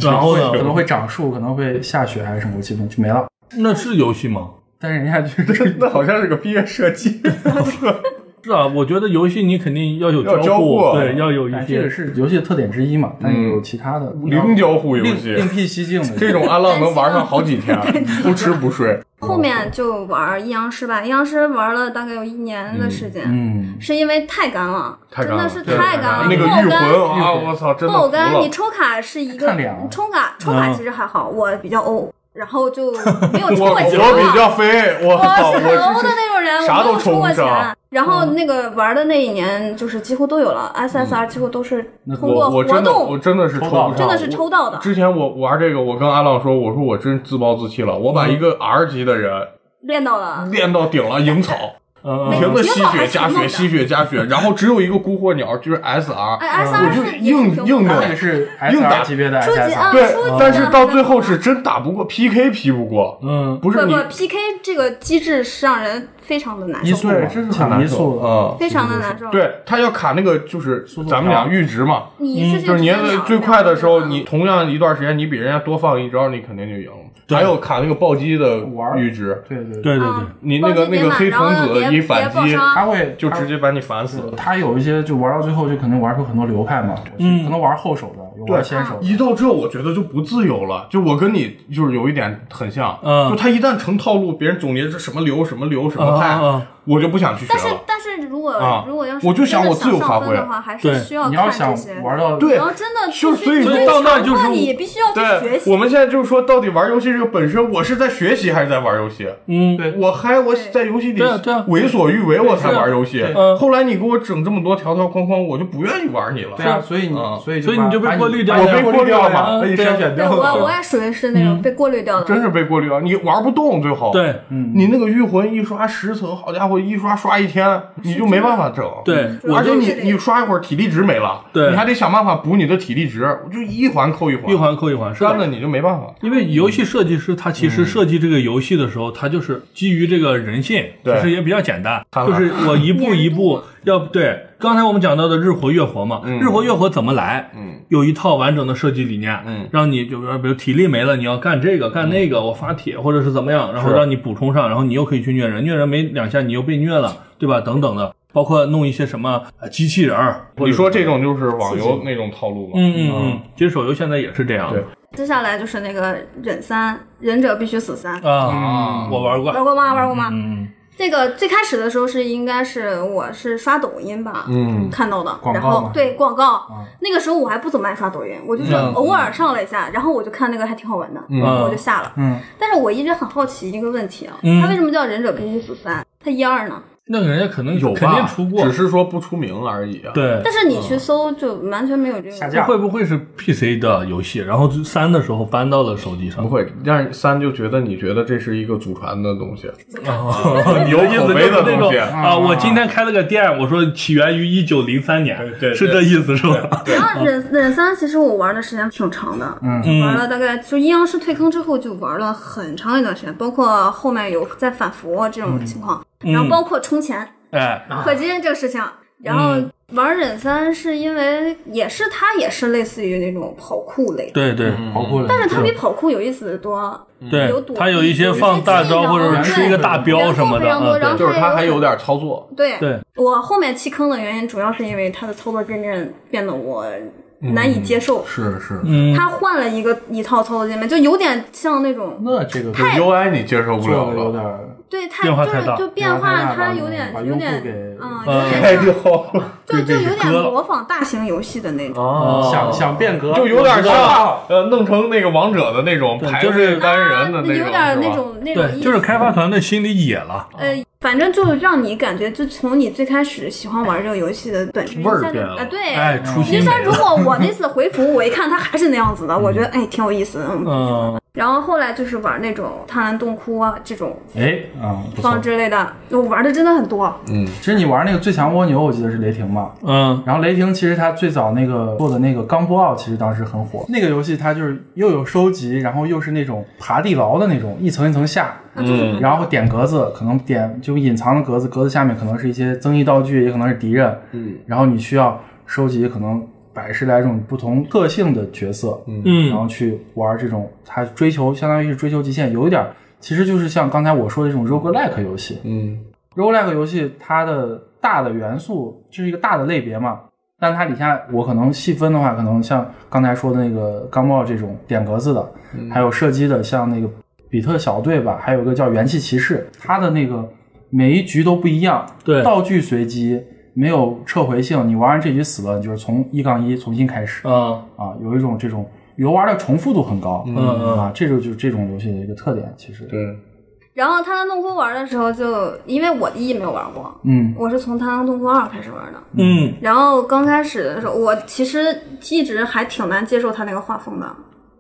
S1: 然后
S3: 可能
S1: 呢？
S3: 会长树，可能会下雪还是什么，我记不清就没了。
S1: 那是游戏吗？
S3: 但是人家就是
S2: 那好像是个毕业设计。
S1: 是啊，我觉得游戏你肯定要有
S2: 要交
S1: 互，
S2: 互
S1: 对，要有一
S3: 哎这个
S1: 些。
S3: 是游戏的特点之一嘛，但也有其他的
S2: 嗯零交互游
S3: 另
S2: 戏，
S3: 另辟蹊径的
S2: 这种安浪能玩上好几天，不吃不睡。
S5: 后面就玩阴阳师吧，阴阳师玩了大概有一年的时间，
S3: 嗯，
S5: 是因为太干了，
S2: 太干
S5: 真
S2: 了，
S5: 的是
S2: 对
S5: 太干了，
S2: 那个
S5: 爆
S2: 御
S5: 肝
S2: 魂啊，我操，真的
S5: 爆
S2: 服
S5: 肝，你
S2: 了。
S5: 抽卡是一个
S3: 看脸啊
S5: 抽卡，抽卡其实还好，我比较欧，然后就没有抽
S2: 嗯我
S5: 过钱
S2: 我比较飞，我
S5: 我
S2: 操，
S5: 是很欧
S2: 我
S5: 的那种人，
S2: 啥
S5: 我没有
S2: 都
S5: 抽
S2: 抽
S5: 过
S2: 不嗯
S5: 钱
S2: 上。
S5: 然后那个玩的那一年，就是几乎都有了，SSR 几乎都是通过
S2: 嗯我
S5: 活
S2: 我真的我
S5: 动，
S2: 真的是抽不上，
S5: 真的是抽到的。
S2: 之前我玩这个，我跟阿浪说，我说我真自暴自弃了，我把一个 R 级的人
S5: 练到了，
S2: 练到顶了，营草，
S1: 嗯，
S5: 那
S2: 不
S5: 个
S2: 停的
S5: 营
S2: 吸
S5: 草还
S2: 血
S5: 是
S2: 加
S5: 弄
S2: 血，
S5: 的
S2: 吸血加血，然后只有一个孤火鸟，就是 SR，
S5: 哎
S2: 我
S5: ，SR
S2: 就是
S5: 也
S2: 硬
S5: 挺
S2: 硬
S5: 猛
S2: 弄
S5: 的
S3: 那个是
S2: 硬打
S3: SR 级别的
S5: 初级
S3: SSR，
S5: 啊，
S2: 对
S5: 初级，
S2: 但是到最后是真打不过，PK 劈不过，
S1: 嗯，
S2: 不
S5: 不
S2: 是你
S5: 不 PK 这个机制是让人非常的难
S3: 一
S5: 受，
S3: 速
S2: 对，真是很
S3: 抢
S2: 难
S3: 一速
S2: 受啊。
S5: 非常的难受。，
S2: 对他要卡那个就是
S3: 度
S2: 咱们
S3: 条
S2: 俩阈值嘛，
S5: 你一次性
S2: 嗯就是你
S5: 直接
S2: 要在
S5: 秒
S2: 最
S5: 秒
S2: 快的时候，
S5: 秒
S2: 你同样一段时间你比人家多放一招，你肯定就赢了。还有卡那个暴击的
S3: 玩儿
S2: 阈值，
S3: 对对对，
S1: 对对对
S5: 嗯，
S2: 你那个
S5: 暴
S2: 那
S5: 击别
S2: 个
S5: 满
S2: 黑
S5: 然后
S2: 童
S5: 又叠
S2: 子一反
S5: 叠爆
S2: 击，
S5: 伤
S3: 他会
S2: 就直接把你烦死了。
S3: 他有一些就玩到最后就可能玩出很多流派嘛，
S1: 嗯
S3: 可能玩后手的，有玩先手的，
S2: 一到这，我觉得就不自由了。就我跟你就是有一点很像，
S1: 嗯
S2: 就他一旦成套路，别人总结这什么流、什么流、什
S3: 嗯
S2: 么派，
S1: 啊啊啊
S2: 我就不想去学
S5: 但是
S2: 了。
S5: 但是如果、
S2: 啊
S5: 如果要是
S2: 我就想
S5: 真的
S2: 我自由
S5: 上
S2: 发
S5: 分
S2: 挥
S5: 的话，还
S1: 对
S5: 是需要
S3: 你要
S5: 看
S3: 想
S5: 这些。
S3: 玩到
S2: 对
S5: 你要真的
S2: 就是
S5: 必
S2: 所以
S5: 须
S2: 说
S5: 非
S1: 到那
S5: 常
S1: 就是
S5: 困你必须要去 学
S2: 对，
S5: 习。
S2: 我们现在就是说，到底玩游戏这个本身，我是在学习还是在玩游戏？
S1: 嗯，
S3: 对
S2: 我嗨，我
S5: 对
S2: 在游戏里
S1: 对啊对啊
S2: 为所欲为，我才玩游戏。
S1: 嗯
S2: 后来你给我整这么多条条框框，我就不愿意玩你了。
S3: 对啊，所以你
S2: 嗯
S3: 所以
S1: 所以你就被
S3: 把
S1: 过滤掉
S3: 把你
S1: 了
S2: 我被
S3: 过
S2: 过滤
S3: 掉
S2: 了
S3: 了呀
S2: 嘛，被你筛选
S5: 嗯对
S2: 掉
S5: 我我
S2: 了，
S5: 也属于是那种被过滤掉
S2: 嗯
S5: 的，
S2: 真是被过滤了。你玩不动，最后
S1: 对，
S2: 你那个御魂一刷十层，好家伙，一刷刷一天，你就没办法整。
S3: 嗯
S1: 对
S5: 我
S2: 而且
S5: 就
S2: 你
S5: 是
S2: 你刷一会儿体力值没了，
S1: 对
S2: 你还得想办法补你的体力值，就一环扣一环，
S1: 一环扣一环，是的
S2: 干了你就没办法。
S1: 因为游戏设计师他其
S2: 嗯
S1: 实设计这个游戏的时候，他就是基于这个人性，
S2: 对
S1: 其实也比较简单，
S2: 看
S1: 就
S2: 看
S1: 是我一步一步要对。刚才我们讲到的日活月活嘛，日活月活怎么来？
S2: 嗯，
S1: 有一套完整的设计理念，
S2: 嗯
S1: 让你就比如比如体力没了，你要干这个干那个，我发帖或者是怎么样，然后
S2: 是
S1: 让你补充上，然后你又可以去虐人，虐人没两下你又被虐了，对吧？等等的，包括弄一些什么呃机器人儿，或者
S2: 你说啊这种就是网游那种套路嘛？
S1: 嗯嗯嗯，其实手游现在也是这样的
S5: 接下来就是那个忍三，忍者必须死三，
S1: 啊，我玩过，
S5: 玩过吗？玩过吗？
S1: 嗯，
S5: 这个最开始的时候是应该是我是刷抖音吧，
S2: 嗯
S5: 看到的，
S3: 广告
S5: 然后
S3: 嘛
S5: 对广告、那个时候我还不怎么爱刷抖音，我就是偶尔上了一下，然后我就看那个还挺好玩的，然后我就下了。
S3: 嗯，
S5: 但是我一直很好奇一个问题啊，
S1: 嗯
S5: 它为什么叫忍者必须死三？它一二呢？
S1: 那个人家可能
S2: 有
S1: 肯定
S2: 吧
S1: 出过，，
S2: 只是说不出名而已啊。
S1: 对，
S5: 但是你去搜就完全没有这
S3: 下
S5: 个。
S3: 架
S1: 会不会是 PC 的游戏，然后三的时候搬到了手机上
S2: 不？会，但是三就觉得你觉得这是一个祖传的东西，
S1: 你
S2: 有
S1: 的意思
S2: 口
S1: 就
S2: 碑
S1: 是
S2: 的
S1: 那
S2: 东
S1: 种
S2: 西。嗯
S1: 啊，我今天开了个店，我说起源于一九零三年
S2: 对，对
S1: 是这意思是吧？
S5: 然后忍忍三其实我玩的时间挺长的，
S1: 嗯
S5: 玩了大概就阴阳师退坑之后就玩了很长一段时间，包括后面有在反服这种情况，然后包括充钱，
S1: 哎，
S5: 氪金这个事情。然后
S1: 嗯
S5: 玩忍三是因为也是它也是类似于那种跑酷类，
S1: 对对
S2: 嗯
S3: 包括
S5: 但是它比跑酷有意思的多。有
S1: 对
S5: 躲，避
S1: 他有一些放大招或者是吃一个大标什么的
S5: 元素非常多然
S1: 啊
S5: 后，
S2: 就是它还有点操作，
S5: 对，
S1: 对
S5: 我后面弃坑的原因主要是因为它的操作界面变得我
S1: 嗯
S5: 难以接受。
S2: 是是，
S5: 它换了一个一套操作界面，就有点像那
S1: 嗯
S5: 种
S3: 那这个
S2: 就 UI 你接受不
S3: 做
S2: 了
S3: 的
S2: 了，
S3: 有点
S5: 对它
S1: 变化
S5: 就
S1: 太
S5: 是
S1: 大
S5: 就变
S3: 变化太
S5: 化，
S3: 大
S5: 它
S3: 把
S5: 有点
S3: 把
S5: 有
S3: 用户
S5: 点
S3: 给
S5: 嗯，有
S1: 嗯
S5: 点
S2: 开
S5: 像
S2: 之后
S5: 对，就有点
S1: 割了
S5: 模仿大型游戏的那种。
S1: 哦
S3: 想想变革，
S2: 就有点
S3: 我知道了
S2: 像呃，弄成那个王者的那种
S1: 对
S2: 排
S1: 就是
S2: 位单人的
S5: 啊有
S2: 那
S5: 点那
S2: 种，
S5: 种那种
S1: 对，
S5: 意
S1: 就是
S5: 思。
S1: 开发团队心里野了，
S5: 呃，反正就让你感觉，就从你最开始喜欢玩这个游戏的本身
S2: 味儿
S5: 一下就
S2: 变了
S5: 啊，对，
S1: 哎，初
S5: 你
S1: 心
S5: 就
S1: 没
S5: 像如
S1: 了，
S5: 果我那次回服，我一看它还是那样子的，我觉得哎挺有意思的，嗯
S1: 嗯，
S5: 然后后来就是玩那种贪婪洞窟啊这种
S3: 哎，嗯，不错
S5: 方。之类的，我玩的真的很多。
S3: 其实你玩那个最强蜗牛，我记得是雷霆吧？
S1: 嗯
S3: 然后雷霆其实它最早那个做的那个钢波奥，其实当时很火。那个游戏它就是又有收集，然后又是那种爬地牢的那种，一层一层下，
S5: 啊
S2: 嗯
S3: 然后点格子，可能点就隐藏的格子，格子下面可能是一些增益道具，也可能是敌人，
S2: 嗯，
S3: 然后你需要收集可能百十来种不同特性的角色，嗯，
S1: 嗯
S3: 然后去玩这种，它追求相当于是追求极限，有一点儿其实就是像刚才我说的这种 roguelike 游戏，
S2: 嗯
S3: roguelike 游戏它的大的元素，这是一个大的类别嘛。但它底下我可能细分的话，可能像刚才说的那个钢炮这种点格子的，
S1: 嗯
S3: 还有射击的，像那个比特小队吧，还有一个叫元气骑士，它的那个每一局都不一样，
S1: 对
S3: 道具随机，没有撤回性，你玩完这局死了，你就是从一杠一重新开始
S1: 啊
S3: 啊，有一种这种游玩的重复度很高，
S1: 嗯嗯
S3: 啊，这就就是这种游戏的一个特点，其实，
S2: 对，
S5: 然后贪婪洞窟玩的时候就，因为我一没有玩过，
S3: 嗯
S5: 我是从贪婪洞窟二开始玩的。
S1: 嗯
S5: 然后刚开始的时候，我其实一直还挺难接受他那个画风的，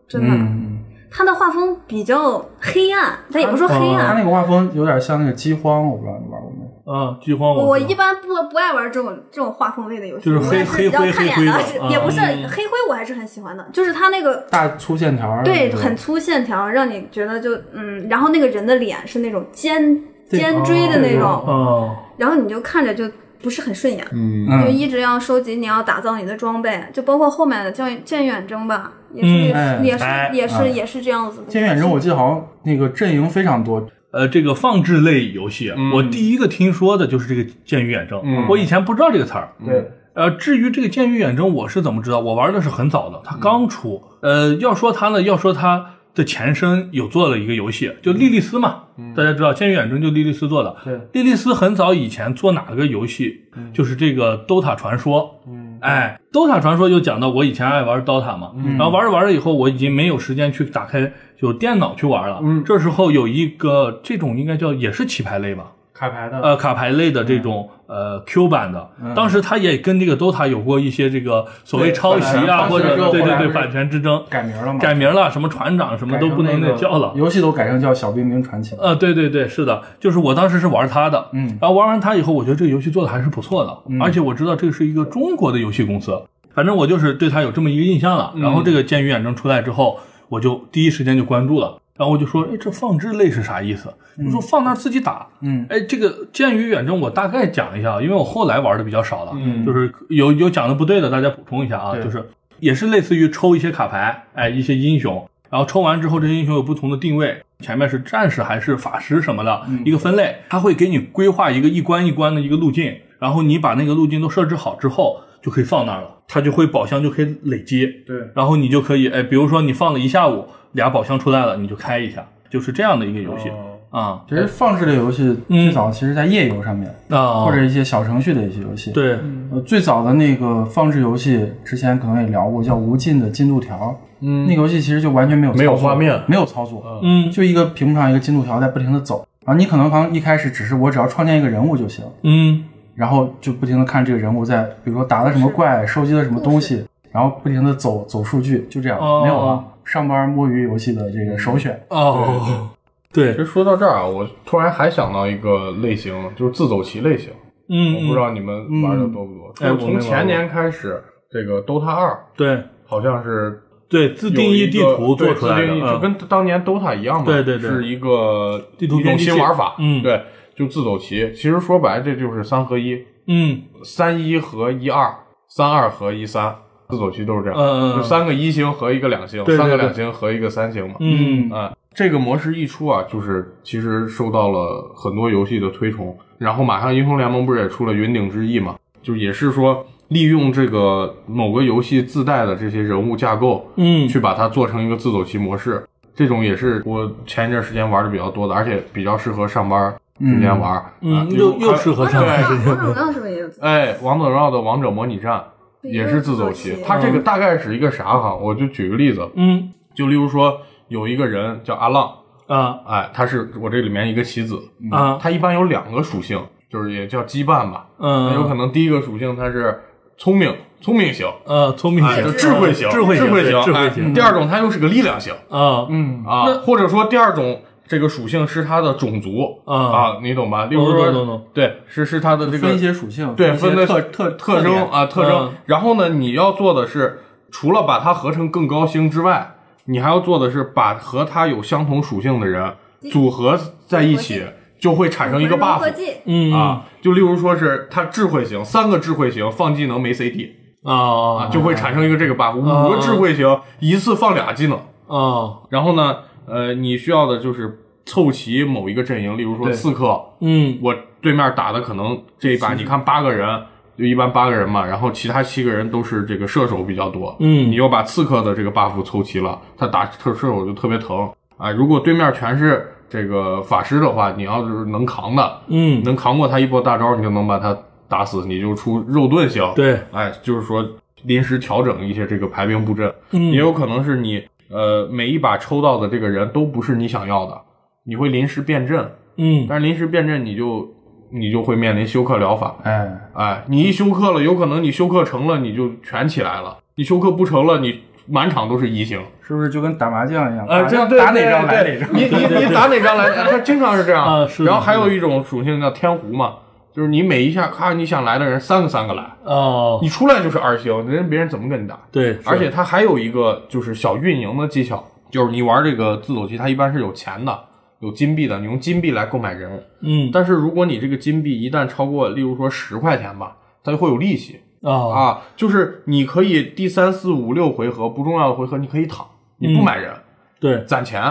S5: 真的，
S3: 嗯。
S5: 他的画风比较黑暗，但也不是说黑
S3: 他
S5: 暗。
S3: 那个画风有点像那个饥荒，我不知道你玩过没？
S1: 啊，剧荒
S5: 我
S1: 知道
S5: 一般不不爱玩这种这种画风类的游戏，
S1: 就是
S5: 我还是
S1: 黑
S5: 比较
S1: 黑灰
S5: 看
S1: 黑
S5: 脸
S1: 灰的
S5: 的，也不是
S1: 嗯
S5: 黑灰，我还是很喜欢的。就是他那个
S3: 大粗线条儿的那
S5: 对
S3: 种，
S5: 很粗线条，让你觉得就嗯，然后那个人的脸是那种尖
S3: 对
S5: 尖锥的那
S3: 哦
S5: 种，
S1: 啊
S5: 然后你就看着就不是很顺眼。
S2: 嗯
S5: 就
S3: 嗯，
S5: 一直要收集，你要打造你的装备，就包括后面的剑剑远征吧，也是、
S3: 嗯
S5: 也是、
S1: 哎
S5: 也
S3: 哎
S5: 是也是这样子的。
S3: 剑远征我记得好像那个阵营非常多，
S1: 呃，这个放置类游戏，我第一个听说的就是这个《剑与远征》
S2: 嗯
S1: 我以前不知道这个词儿。
S3: 对，
S1: 呃，至于这个《剑与远征》，我是怎么知道？我玩的是很早的，它刚出。呃，要说它呢，要说它的前身有做了一个游戏，就莉莉丝嘛，大家知道《剑与远征》就莉莉丝做的。
S3: 对，
S1: 莉莉丝很早以前做哪个游戏？就是这个《DOTA 传说》。嗯，哎，《DOTA 传说》就讲到我以前爱玩 DOTA 嘛，然后玩着玩着以后，我已经没有时间去打开就电脑去玩了。嗯，这时候有一个这种应该叫也是棋牌类吧，
S3: 卡牌的，
S1: 呃卡牌类的这种、呃 Q 版的，当时它也跟这个 DOTA 有过一些这个所谓
S3: 嗯对
S1: 抄袭
S3: 版权
S1: 啊，
S3: 抄袭
S1: 或者
S3: 之后
S1: 对
S3: 后
S1: 对
S3: 来
S1: 对
S3: 是
S1: 版权之争，
S3: 改名了嘛，
S1: 改名了，什么船长什么
S3: 改
S1: 都
S3: 成
S1: 不能
S3: 那
S1: 再
S3: 个
S1: 叫了。
S3: 游戏都改成叫《小兵兵传奇》了，
S1: 呃，对对对，是的，就是我当时是玩它的，
S3: 嗯，
S1: 然后玩完它以后，我觉得这个游戏做的还是不错的，而且我知道这是一个中国的游戏公司，反正我就是对它有这么一个印象
S3: 嗯
S1: 了。然后这个《剑与远征》出来之后，我就第一时间就关注了，然后我就说，哎，这放置类是啥意思？就说放那儿自己打，
S3: 嗯，
S1: 哎，这个《剑与远征》我大概讲一下，因为我后来玩的比较少了，就是有有讲的不对的，大家补充一下啊，
S3: 嗯对
S1: 就是也是类似于抽一些卡牌，哎，一些英雄，然后抽完之后，这些英雄有不同的定位，前面是战士还是法师什么的、
S3: 嗯
S1: 一个分类，它会给你规划一个一关一关的一个路径，然后你把那个路径都设置好之后，就可以放那儿了，它就会宝箱就可以累积，
S3: 对，
S1: 然后你就可以，哎，比如说你放了一下午，俩宝箱出来了，你就开一下，就是这样的一个游戏
S3: 哦
S1: 啊
S3: 其实放置类游戏最早其实在页游上面，
S1: 啊，
S3: 或者一些小程序的一些游戏，，
S1: 对，
S3: 呃，最早的那个放置游戏之前可能也聊过，叫《无尽的进度条》，嗯，那个游戏其实就完全没有
S2: 没有
S3: 操作
S2: 画面
S3: 没有操作，
S1: 嗯
S3: 就一个屏幕上一个进度条在不停的走，然后你可能刚一开始只是我只要创建一个人物就行，
S1: 嗯
S3: 然后就不停的看这个人物在，比如说打了什么怪，收集了什么东西，然后不停的走走数据，就这样，
S1: 哦
S3: 没有了。上班摸鱼游戏的这个首选，
S1: 哦，
S2: 其
S1: 对，
S2: 实说到这儿啊，我突然还想到一个类型，就是自走棋类型。
S1: 嗯，
S2: 我不知道你们玩的多不多。
S1: 嗯哎
S2: 就是
S1: 我没
S2: 从前年开始，这个 DOTA 二
S1: 对
S2: 好像是
S1: 对，自定
S2: 有一
S1: 义
S2: 个
S1: 地图做
S2: 对
S1: 出来
S2: 自
S1: 的，
S2: 定义就
S1: 嗯
S2: 跟当年 DOTA 一样嘛，
S1: 对对对
S2: 是一个
S1: 地图
S2: 一
S1: 编
S2: 种
S1: 辑器
S2: 新玩法。
S1: 嗯
S2: 对，就自走棋。其实说白，了，这就是三合一，
S1: 嗯
S2: 三一和一二，三二和一三，自走棋都是这样，
S1: 嗯嗯嗯
S2: 就三个一星和一个两星，
S1: 对对
S2: 三个
S1: 对
S2: 两星和一个三星嘛。
S1: 嗯
S2: 啊、这个模式一出啊，就是其实受到了很多游戏的推崇。然后马上英雄联盟不是也出了云顶之弈嘛，就也是说利用这个某个游戏自带的这些人物架构，
S1: 嗯
S2: 去把它做成一个自走棋模式。这种也是我前一段时间玩的比较多的，而且比较适合上班时间玩。啊
S1: 嗯，又又适合
S5: 王者
S1: 上
S5: 荣
S2: 对
S5: 耀，
S1: 班
S5: 王者荣耀是不是也有？
S2: 哎，王者荣耀的王者模拟战
S5: 对
S2: 也是自走棋
S5: 也是自走棋，
S2: 它这个大概是一个啥哈？我就举个例子，
S1: 嗯
S2: 就例如说有一个人叫阿浪，
S1: 啊
S2: 哎，他是我这里面一个棋子，嗯
S1: 啊
S2: 他一般有两个属性，就是也叫羁绊吧。
S1: 嗯，
S2: 有可能第一个属性它是聪明，聪明型，
S1: 呃，聪明
S2: 哎，
S1: 型
S2: 就、智慧型，
S1: 智慧
S2: 智慧型，
S1: 智慧
S2: 哎
S1: 型
S2: 第二种，它又是个力量型
S1: 啊，
S3: 嗯
S2: 啊，或者说第二种这个属性是它的种族
S1: 啊
S2: 啊，你懂吧？例如
S1: 懂懂
S2: 说
S1: 懂，
S2: 对，是是它的这个
S3: 分一些属性，
S2: 对，
S3: 分
S2: 分
S3: 一
S2: 的
S3: 些特特
S2: 特征
S3: 点，
S2: 啊特征
S1: 嗯。
S2: 然后呢，你要做的是，除了把它合成更高星之外，你还要做的是把和它有相同属性的人组合在一起，就会产生一个
S5: 融合
S2: buff
S5: 剂，
S1: 嗯
S2: 啊。就例如说是它智慧型，三个智慧型放技能没 CD 啊，
S1: 啊
S2: 就会产生一个这个
S3: 嗯
S2: buff。
S1: 啊
S2: 五个智慧型一次放俩技能，
S1: 啊，
S2: 然后呢，呃，你需要的就是凑齐某一个阵营，例如说
S3: 对
S2: 刺客。
S1: 嗯
S2: 我对面打的可能这一把，你看八个人，就一般八个人嘛，然后其他七个人都是这个射手比较多，
S1: 嗯
S2: 你又把刺客的这个 buff 凑齐了，他打特射手就特别疼啊。如果对面全是这个法师的话，你要是能扛的，
S1: 嗯，
S2: 能扛过他一波大招，你就能把他打死，你就出肉盾型。，
S1: 对，
S2: 哎，就是说临时调整一些这个排兵布阵，
S1: 嗯
S2: 也有可能是你呃每一把抽到的这个人都不是你想要的，你会临时变阵。
S1: 嗯
S2: 但是临时变阵，你就你就会面临休克疗法。
S3: 哎，
S2: 哎，你一休克了，有可能你休克成了，你就全起来了；你休克不成了，你满场都是移形。
S3: 是不是就跟打麻将一样？
S2: 哎
S1: 啊
S3: 打
S1: 这对
S3: 打哪
S1: 对
S3: 张来
S1: 对
S3: 哪 张，
S2: 你你你打哪张来？他经常是这样。
S1: 啊是的
S2: 然后还有一种属性叫天胡嘛，就是你每一下咔，你想来的人三个三个来，
S1: 哦，
S2: 你出来就是二星，人家别人怎么跟你打？
S1: 对，
S2: 而且它还有一个就是小运营的技巧，就是你玩这个自走棋，它一般是有钱的，有金币的，你用金币来购买人物。
S1: 嗯
S2: 但是如果你这个金币一旦超过，例如说十块钱吧，它就会有利息
S1: 啊
S2: 啊。就是你可以第三四五六回合不重要的回合，你可以躺，你不买人、
S1: 对，
S2: 攒钱。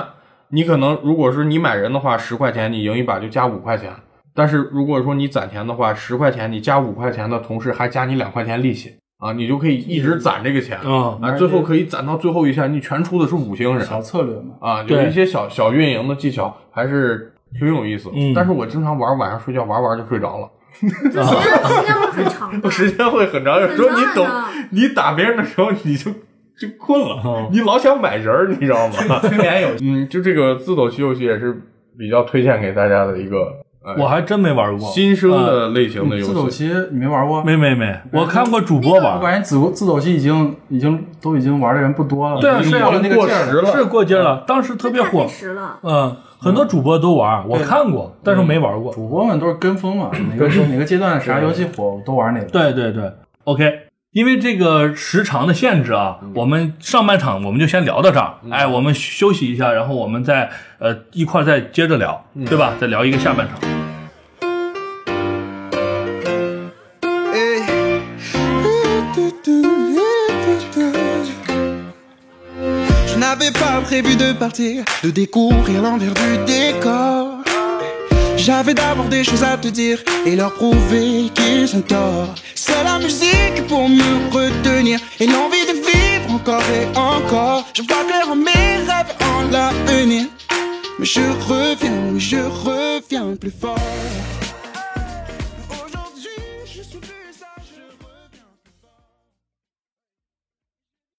S2: 你可能如果是你买人的话，十块钱你赢一把就加五块钱。但是如果说你攒钱的话，十块钱你加五块钱的同时还加你两块钱利息啊，你就可以一直攒这个钱
S1: 啊
S2: 啊，最后可以攒到最后一下，你全出的是五星人
S3: 小策略嘛，
S2: 啊，有
S1: 对
S2: 一些小小运营的技巧还是挺有意思。
S1: 嗯
S2: 但是我经常玩，晚上睡觉玩玩就睡着了，。
S5: 就时间时间会很长的
S2: 时间会很长。有时候你懂
S5: 很啊长很，
S2: 你打别人的时候你就就困
S3: 嗯
S2: 了，你老想买人儿，你知道吗？
S3: 催眠有
S2: 嗯，就这个自走棋游戏也是比较推荐给大家的一个呃
S1: 我还真没玩过，
S2: 新生的类型的游戏。
S3: 啊嗯自走棋，你没玩过？
S1: 没没没，我看过主播
S3: 我
S1: 玩，
S3: 感觉自自走棋已经已经都已经玩的人不多了，
S1: 对啊
S3: 已
S1: 是
S3: 经
S1: 啊
S3: 过了那个
S2: 过
S3: 劲儿
S2: 时了
S1: 是过劲儿了，当时特别
S5: 太费
S1: 火，
S5: 时了，
S1: 嗯，很多主播都玩，我看过，但是没玩过。
S3: 主播们都是跟风嘛，哪个时候哪个阶段啥游戏火都玩哪个。
S1: 对对对，OK。因为这个时长的限制啊，我们上半场我们就先聊到这儿。哎，我们休息一下，然后我们再呃一块儿再接着聊，对吧？再聊一个下半场。
S6: eh. Je n'avais pas prévu de partir, de découvrir l'envers du décor. J'avais d'abord des choses à te dire et leur prouver qu'ils ont tort. C'est la musique pour me retenir et l'envie de vivre encore et encore. Je vois clair en mes rêves en l'avenir, mais je reviens, oui, je reviens plus fort.